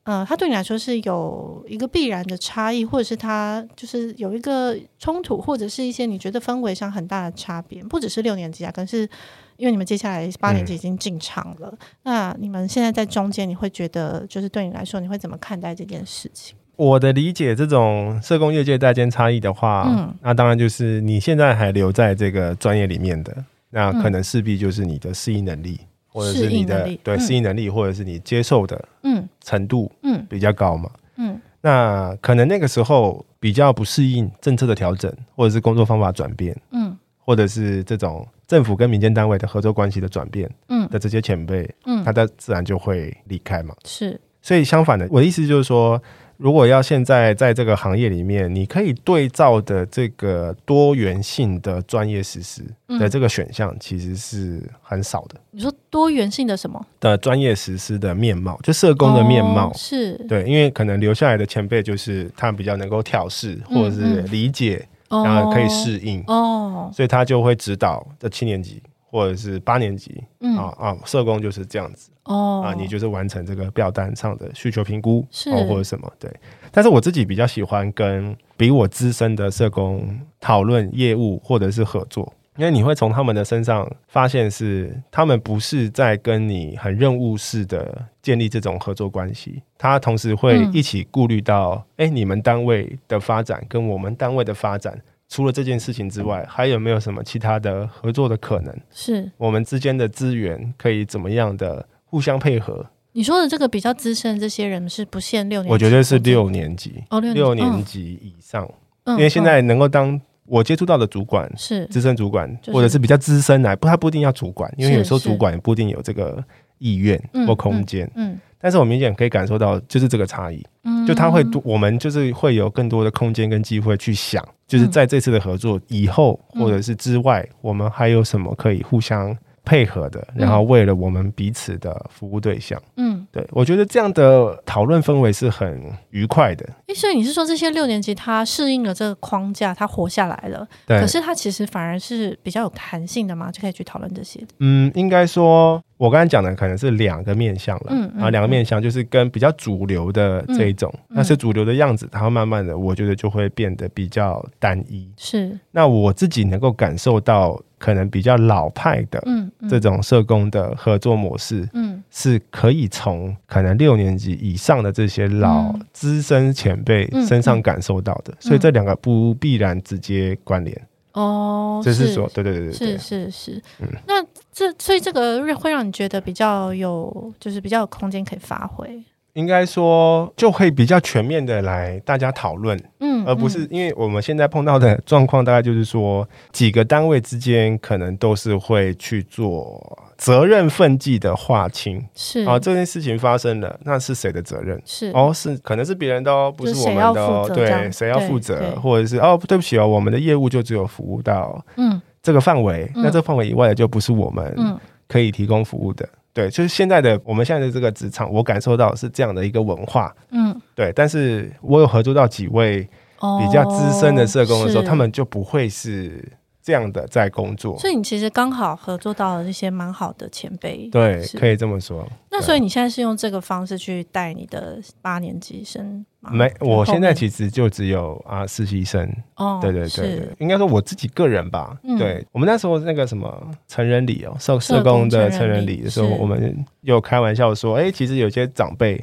Speaker 1: 呃，它对你来说是有一个必然的差异，或者是它就是有一个冲突，或者是一些你觉得氛围上很大的差别，不只是六年级啊，可能是因为你们接下来八年
Speaker 2: 嗯
Speaker 1: 级已经进场了，那你们现在在中间，你会觉得就是对你来说，你会怎么看待这件事情？
Speaker 2: 我的理解，这种社工业界代间差异的话，
Speaker 1: 嗯
Speaker 2: 那当然就是你现在还留在这个专业里面的，那可能势必就是你的适应能力，或者是你
Speaker 1: 嗯适应
Speaker 2: 的
Speaker 1: 能力
Speaker 2: 对
Speaker 1: 嗯
Speaker 2: 适应能力，或者是你接受的
Speaker 1: 嗯
Speaker 2: 程度
Speaker 1: 嗯
Speaker 2: 比较高嘛。
Speaker 1: 嗯
Speaker 2: 那可能那个时候比较不适应政策的调整，或者是工作方法转变，
Speaker 1: 嗯
Speaker 2: 或者是这种政府跟民间单位的合作关系的转变
Speaker 1: 嗯
Speaker 2: 的这些前辈，他
Speaker 1: 嗯，
Speaker 2: 的自然就会离开嘛。
Speaker 1: 是
Speaker 2: 所以相反的，我的意思就是说，如果要现在在这个行业里面，你可以对照的这个多元性的专业实施
Speaker 1: 嗯
Speaker 2: 的这个选项，其实是很少的。
Speaker 1: 你说多元性的什么？
Speaker 2: 的专业实施的面貌，就社工的面貌
Speaker 1: 哦，是，
Speaker 2: 对，因为可能留下来的前辈就是他比较能够调试，
Speaker 1: 嗯
Speaker 2: 或者是理解，
Speaker 1: 哦，
Speaker 2: 然啊后可以适应，
Speaker 1: 哦，
Speaker 2: 所以他就会指导这七年级或者是八年级
Speaker 1: 嗯
Speaker 2: 啊啊，社工就是这样子。
Speaker 1: 哦
Speaker 2: 啊，你就是完成这个表单上的需求评估，
Speaker 1: 是
Speaker 2: 哦、或者什么对。但是我自己比较喜欢跟比我资深的社工讨论业务或者是合作，因为你会从他们的身上发现是他们不是在跟你很任务式的建立这种合作关系，他同时会
Speaker 1: 嗯
Speaker 2: 一起顾虑到，哎、你们单位的发展跟我们单位的发展。除了这件事情之外，还有没有什么其他的合作的可能？
Speaker 1: 是
Speaker 2: 我们之间的资源可以怎么样的互相配合？
Speaker 1: 你说的这个比较资深，这些人是不限六年级，
Speaker 2: 我觉得是六年级，
Speaker 1: 哦六
Speaker 2: 六
Speaker 1: 年
Speaker 2: 年
Speaker 1: 级，
Speaker 2: 级以上，
Speaker 1: 嗯嗯
Speaker 2: 因为现在能够当我接触到的主管
Speaker 1: 嗯、是
Speaker 2: 资深主管，
Speaker 1: 就是
Speaker 2: 或者是比较资深啊来，不，他不一定要主管，因为
Speaker 1: 是
Speaker 2: 有时候
Speaker 1: 是
Speaker 2: 主管也不一定有这个意愿
Speaker 1: 嗯
Speaker 2: 或空间。
Speaker 1: 嗯
Speaker 2: 但是我明显可以感受到，就是这个差异，
Speaker 1: 嗯，
Speaker 2: 就他会多，我们就是会有更多的空间跟机会去想，就是在这次的合作以后，
Speaker 1: 嗯
Speaker 2: 或者是之外，我们还有什么可以互相配合的，然后为了我们彼此的服务对象。
Speaker 1: 嗯，
Speaker 2: 对，我觉得这样的讨论氛围是很愉快的。
Speaker 1: 诶，所以你是说这些六年级他适应了这个框架，他活下来了，
Speaker 2: 对
Speaker 1: 可，是他其实反而是比较有弹性的嘛，就可以去讨论这些的。
Speaker 2: 嗯，应该说，我刚才讲的可能是两个面向了，
Speaker 1: 嗯嗯
Speaker 2: 啊，两个面向就是跟比较主流的这一种，
Speaker 1: 嗯
Speaker 2: 那是主流的样子，它慢慢的，我觉得就会变得比较单一。
Speaker 1: 是，
Speaker 2: 那我自己能够感受到，可能比较老派的
Speaker 1: 嗯，嗯
Speaker 2: 这种社工的合作模式，
Speaker 1: 嗯
Speaker 2: 是可以从可能六年级以上的这些老
Speaker 1: 嗯
Speaker 2: 资深前辈
Speaker 1: 嗯
Speaker 2: 身上
Speaker 1: 嗯
Speaker 2: 感受到的，所以这两个不必然直接关联。
Speaker 1: 哦，
Speaker 2: 这是说，对对对对
Speaker 1: 是
Speaker 2: 对，
Speaker 1: 是是
Speaker 2: 嗯，
Speaker 1: 那这所以这个会让你觉得比较有，就是比较有空间可以发挥，
Speaker 2: 应该说就会比较全面的来大家讨论，
Speaker 1: 嗯，
Speaker 2: 而不
Speaker 1: 嗯
Speaker 2: 是因为我们现在碰到的状况，大概就是说几个单位之间可能都是会去做责任分际的划清。
Speaker 1: 是
Speaker 2: 啊，这件事情发生了，那是谁的责任？
Speaker 1: 是
Speaker 2: 哦，是可能是别人的哦，不是
Speaker 1: 就是
Speaker 2: 我
Speaker 1: 谁
Speaker 2: 们
Speaker 1: 要
Speaker 2: 的
Speaker 1: 负
Speaker 2: 哦，
Speaker 1: 责这
Speaker 2: 对，
Speaker 1: 样
Speaker 2: 谁要
Speaker 1: 对
Speaker 2: 负责
Speaker 1: 对，
Speaker 2: 或者是哦，对不起哦，我们的业务就只有服务到
Speaker 1: 嗯
Speaker 2: 这个范围，
Speaker 1: 嗯
Speaker 2: 那这个范围以外的就不是我们
Speaker 1: 嗯
Speaker 2: 可以提供服务的。对，就是现在的我们现在的这个职场，我感受到是这样的一个文化。
Speaker 1: 嗯，
Speaker 2: 对，但是我有合作到几位
Speaker 1: 哦，
Speaker 2: 比较资深的社工的时候，
Speaker 1: 是
Speaker 2: 他们就不会是。这样的在工作。
Speaker 1: 所以你其实刚好合作到了这些蛮好的前辈。
Speaker 2: 对，
Speaker 1: 是
Speaker 2: 可以这么说。
Speaker 1: 那所以你现在是用这个方式去带你的八年级生吗？
Speaker 2: 没，我现在
Speaker 1: 实
Speaker 2: 其实就只有啊实习生，
Speaker 1: 哦，
Speaker 2: 对对对
Speaker 1: 是
Speaker 2: 对，应该说我自己个人吧。
Speaker 1: 嗯
Speaker 2: 对我们那时候那个什么成人礼哦，社
Speaker 1: 社
Speaker 2: 社工
Speaker 1: 工
Speaker 2: 的
Speaker 1: 成
Speaker 2: 成
Speaker 1: 人
Speaker 2: 人
Speaker 1: 礼
Speaker 2: 礼的时候，
Speaker 1: 是
Speaker 2: 我们有开玩笑说，哎，其实有些长辈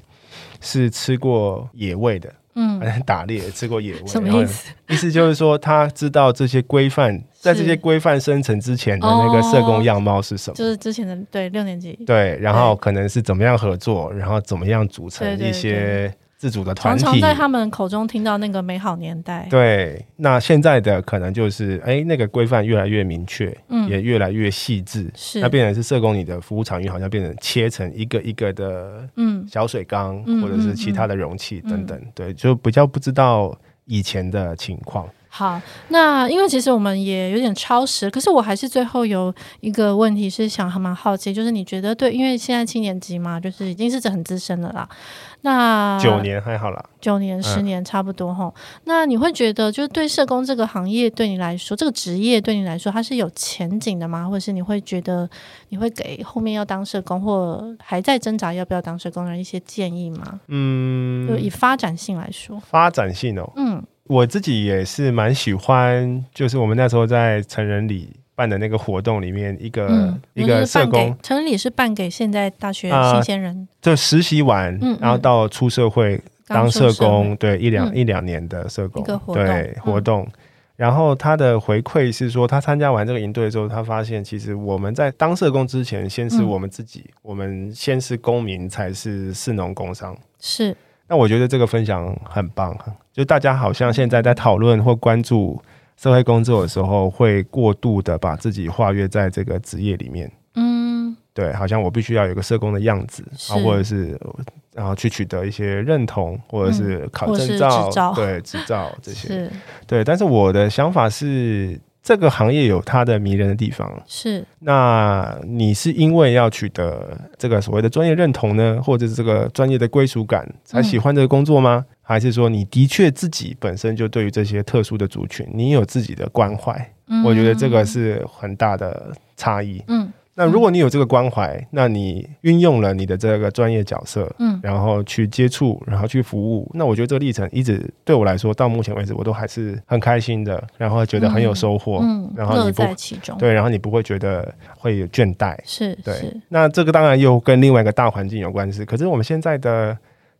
Speaker 2: 是吃过野味的，
Speaker 1: 嗯，
Speaker 2: 打猎吃过野味，
Speaker 1: 什么
Speaker 2: 然后
Speaker 1: 意思？
Speaker 2: 意思就是说他知道这些规范，在这些规范生成之前的那个社工样貌是什么。
Speaker 1: 哦就是之前的对六年级，
Speaker 2: 对，然后可能是怎么样合作，然后怎么样组成
Speaker 1: 对对
Speaker 2: 一些自主的团
Speaker 1: 常
Speaker 2: 体。
Speaker 1: 常在他们口中听到那个美好年代。
Speaker 2: 对，那现在的可能就是，哎，那个规范越来越明确，
Speaker 1: 嗯
Speaker 2: 也越来越细致。
Speaker 1: 是
Speaker 2: 那变成是社工，你的服务场域好像变成切成一个一个的
Speaker 1: 嗯，
Speaker 2: 小水缸，
Speaker 1: 嗯
Speaker 2: 或者是其他的容器等等。对，就比较不知道以前的情况。
Speaker 1: 好，那因为其实我们也有点超时，可是我还是最后有一个问题是想还蛮好奇，就是你觉得对，因为现在七年级嘛，就是已经是很资深的啦，那
Speaker 2: 九、年嗯还好啦，
Speaker 1: 九年、十年差不多吼。那你会觉得，就是对社工这个行业对你来说，这个职业对你来说，它是有前景的吗？或者是你会觉得，你会给后面要当社工或还在挣扎要不要当社工的人一些建议吗？
Speaker 2: 嗯，
Speaker 1: 就以发展性来说，
Speaker 2: 发展性哦，
Speaker 1: 嗯，
Speaker 2: 我自己也是蛮喜欢，就是我们那时候在成人礼办的那个活动里面，一个、
Speaker 1: 嗯，
Speaker 2: 一
Speaker 1: 那
Speaker 2: 个
Speaker 1: 就是
Speaker 2: 社
Speaker 1: 办给
Speaker 2: 工
Speaker 1: 成人礼是办给现在大学
Speaker 2: 啊
Speaker 1: 新鲜人，
Speaker 2: 就实习完，
Speaker 1: 嗯嗯
Speaker 2: 然后到出社会
Speaker 1: 刚
Speaker 2: 当
Speaker 1: 出社
Speaker 2: 社
Speaker 1: 会
Speaker 2: 工，对一两、
Speaker 1: 嗯
Speaker 2: 一两年的社工
Speaker 1: 一个活动
Speaker 2: 对
Speaker 1: 嗯
Speaker 2: 活动。然后他的回馈是说，他参加完这个营队之后，他发现其实我们在当社工之前，先是
Speaker 1: 嗯
Speaker 2: 我们自己，我们先是公民，才是士农工商。
Speaker 1: 是
Speaker 2: 那我觉得这个分享很棒，啊就大家好像现在在讨论或关注社会工作的时候，会过度的把自己跨越在这个职业里面。
Speaker 1: 嗯
Speaker 2: 对，好像我必须要有一个社工的样子
Speaker 1: 是
Speaker 2: 啊，或者是然后去取得一些认同，或者是考
Speaker 1: 嗯或者
Speaker 2: 证
Speaker 1: 是
Speaker 2: 照、
Speaker 1: 执照
Speaker 2: 对执照这些。
Speaker 1: 是
Speaker 2: 对，但是我的想法是，这个行业有它的迷人的地方。
Speaker 1: 是
Speaker 2: 那你是因为要取得这个所谓的专业认同呢，或者是这个专业的归属感，才喜欢这个工作吗？还是说你的确自己本身就对于这些特殊的族群，你有自己的关怀？
Speaker 1: 嗯
Speaker 2: 我觉得这个是很大的差异。
Speaker 1: 嗯
Speaker 2: 那如果你有这个关怀，那你运用了你的这个专业角色，
Speaker 1: 嗯
Speaker 2: 然后去接触，然后去服务，那我觉得这个历程一直对我来说，到目前为止我都还是很开心的，然后觉得很有收获，
Speaker 1: 嗯
Speaker 2: 然后
Speaker 1: 乐
Speaker 2: 你不
Speaker 1: 在其中，
Speaker 2: 对，然后你不会觉得会有倦怠，
Speaker 1: 是
Speaker 2: 对
Speaker 1: 是。
Speaker 2: 那这个当然又跟另外一个大环境有关系，可是我们现在的。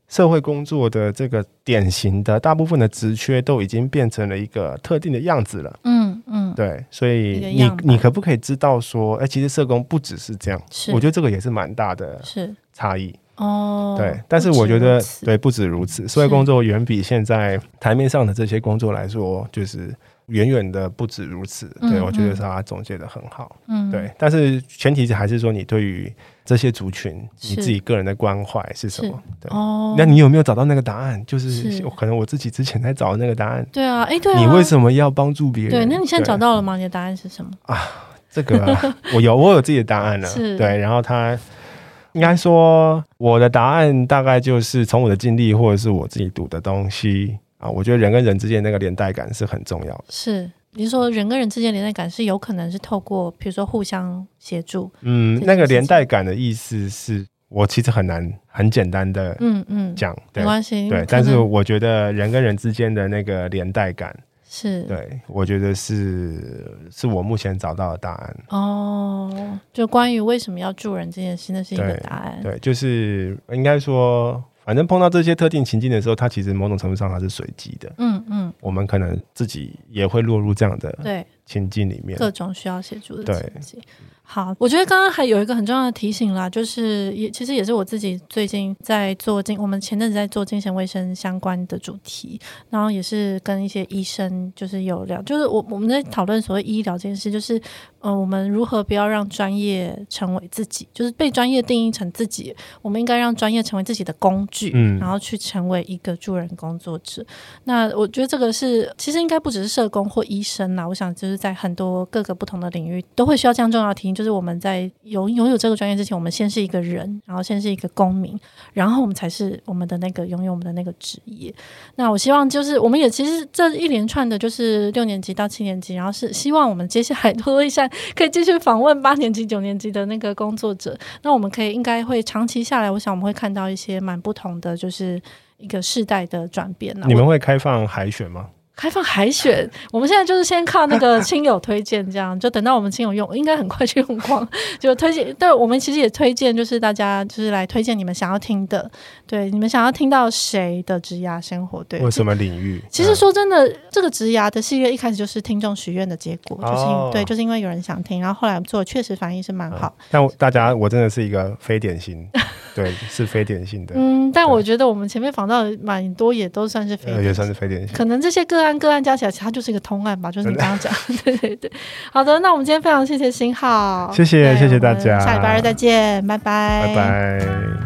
Speaker 2: 社会工作的这个典型的大部分的职缺都已经变成了一个特定的样子了，
Speaker 1: 嗯嗯
Speaker 2: 对，所以
Speaker 1: 一个
Speaker 2: 你
Speaker 1: 样板
Speaker 2: 你可不可以知道说，哎、其实社工不只是这样，
Speaker 1: 是
Speaker 2: 我觉得这个也是蛮大的
Speaker 1: 是
Speaker 2: 差异，
Speaker 1: 哦，
Speaker 2: 对。但是
Speaker 1: 不
Speaker 2: 我
Speaker 1: 止
Speaker 2: 觉
Speaker 1: 如
Speaker 2: 得
Speaker 1: 此，
Speaker 2: 对，不止如此，社会
Speaker 1: 是
Speaker 2: 工作远比现在台面上的这些工作来说，就是远远的不止如此。
Speaker 1: 嗯
Speaker 2: 对，我觉得
Speaker 1: 嗯
Speaker 2: 是他总结的很好。
Speaker 1: 嗯，
Speaker 2: 对，但是前提还是说你对于这些族群，
Speaker 1: 是
Speaker 2: 你自己个人的关怀是什么？对。
Speaker 1: 哦，
Speaker 2: 那你有没有找到那个答案？就是
Speaker 1: 是
Speaker 2: 可能我自己之前在找的那个答案，
Speaker 1: 对啊，哎，对啊，
Speaker 2: 你为什么要帮助别人？
Speaker 1: 对？那你现在找到了吗？你的答案是什么？
Speaker 2: 这个啊我有我有自己的答案了、
Speaker 1: 是
Speaker 2: 对，然后他应该说我的答案大概就是从我的经历或者是我自己读的东西啊，我觉得人跟人之间那个连带感是很重要的。
Speaker 1: 是你是说人跟人之间连带感是有可能是透过比如说互相协助，
Speaker 2: 嗯，
Speaker 1: 这件事情
Speaker 2: 那个连带感的意思是我其实很难很简单的
Speaker 1: 嗯嗯，
Speaker 2: 讲，
Speaker 1: 没
Speaker 2: 对
Speaker 1: 关系，
Speaker 2: 对
Speaker 1: 可，
Speaker 2: 但是
Speaker 1: 能
Speaker 2: 我觉得人跟人之间的那个连带感，
Speaker 1: 是
Speaker 2: 对我觉得是是我目前找到的答案。
Speaker 1: 哦，就关于为什么要助人这件事，那是一个
Speaker 2: 对
Speaker 1: 答案，
Speaker 2: 对，就是应该说，反正碰到这些特定情境的时候，它其实某种程度上它是随机的。
Speaker 1: 嗯嗯，
Speaker 2: 我们可能自己也会落入这样的
Speaker 1: 对，
Speaker 2: 情境里面。
Speaker 1: 各种需要协助的
Speaker 2: 对
Speaker 1: 情景。好，我觉得刚刚还有一个很重要的提醒啦，就是也其实也是我自己最近在做精，我们前阵子在做精神卫生相关的主题，然后也是跟一些医生就是有聊，就是我我们在讨论所谓医疗这件事，就是呃，我们如何不要让专业成为自己，就是被专业定义成自己，我们应该让专业成为自己的工具，
Speaker 2: 嗯
Speaker 1: 然后去成为一个助人工作者。那我觉得这个是，其实应该不只是社工或医生啦，我想就是在很多各个不同的领域都会需要这样重要的提就是我们在有拥有这个专业之前，我们先是一个人，然后先是一个公民，然后我们才是我们的那个拥有我们的那个职业。那我希望就是我们也其实这一连串的，就是六年级到七年级，然后是希望我们接下来多多益善可以继续访问八年级、九年级的那个工作者。那我们可以应该会长期下来，我想我们会看到一些蛮不同的，就是一个世代的转变啦
Speaker 2: 你们会开放海选吗？
Speaker 1: 开放海选，我们现在就是先靠那个亲友推荐，这样就等到我们亲友用，应该很快就用光。就推荐，对我们其实也推荐，就是大家就是来推荐你们想要听的，对你们想要听到谁的职涯生活，对。
Speaker 2: 或什么领域？嗯
Speaker 1: 其实说真的，这个职涯的系列一开始就是听众许愿的结果，就是因、
Speaker 2: 哦
Speaker 1: 对，就是因为有人想听，然后后来做确实反应是蛮
Speaker 2: 嗯
Speaker 1: 好。
Speaker 2: 嗯但我大家，我真的是一个非典 型，对，是非典型的，
Speaker 1: 嗯，但
Speaker 2: 对
Speaker 1: 我觉得我们前面访到的蛮多，也都算是非
Speaker 2: 呃，也算是非典型。
Speaker 1: 可能这些个案个案加起来，它就是一个通案吧，就是你刚刚讲， 对对对。好的，那我们今天非常谢谢新浩，
Speaker 2: 谢谢
Speaker 1: 对
Speaker 2: 谢谢
Speaker 1: 我们
Speaker 2: 大家
Speaker 1: 下礼拜二再见，拜拜，
Speaker 2: 拜拜。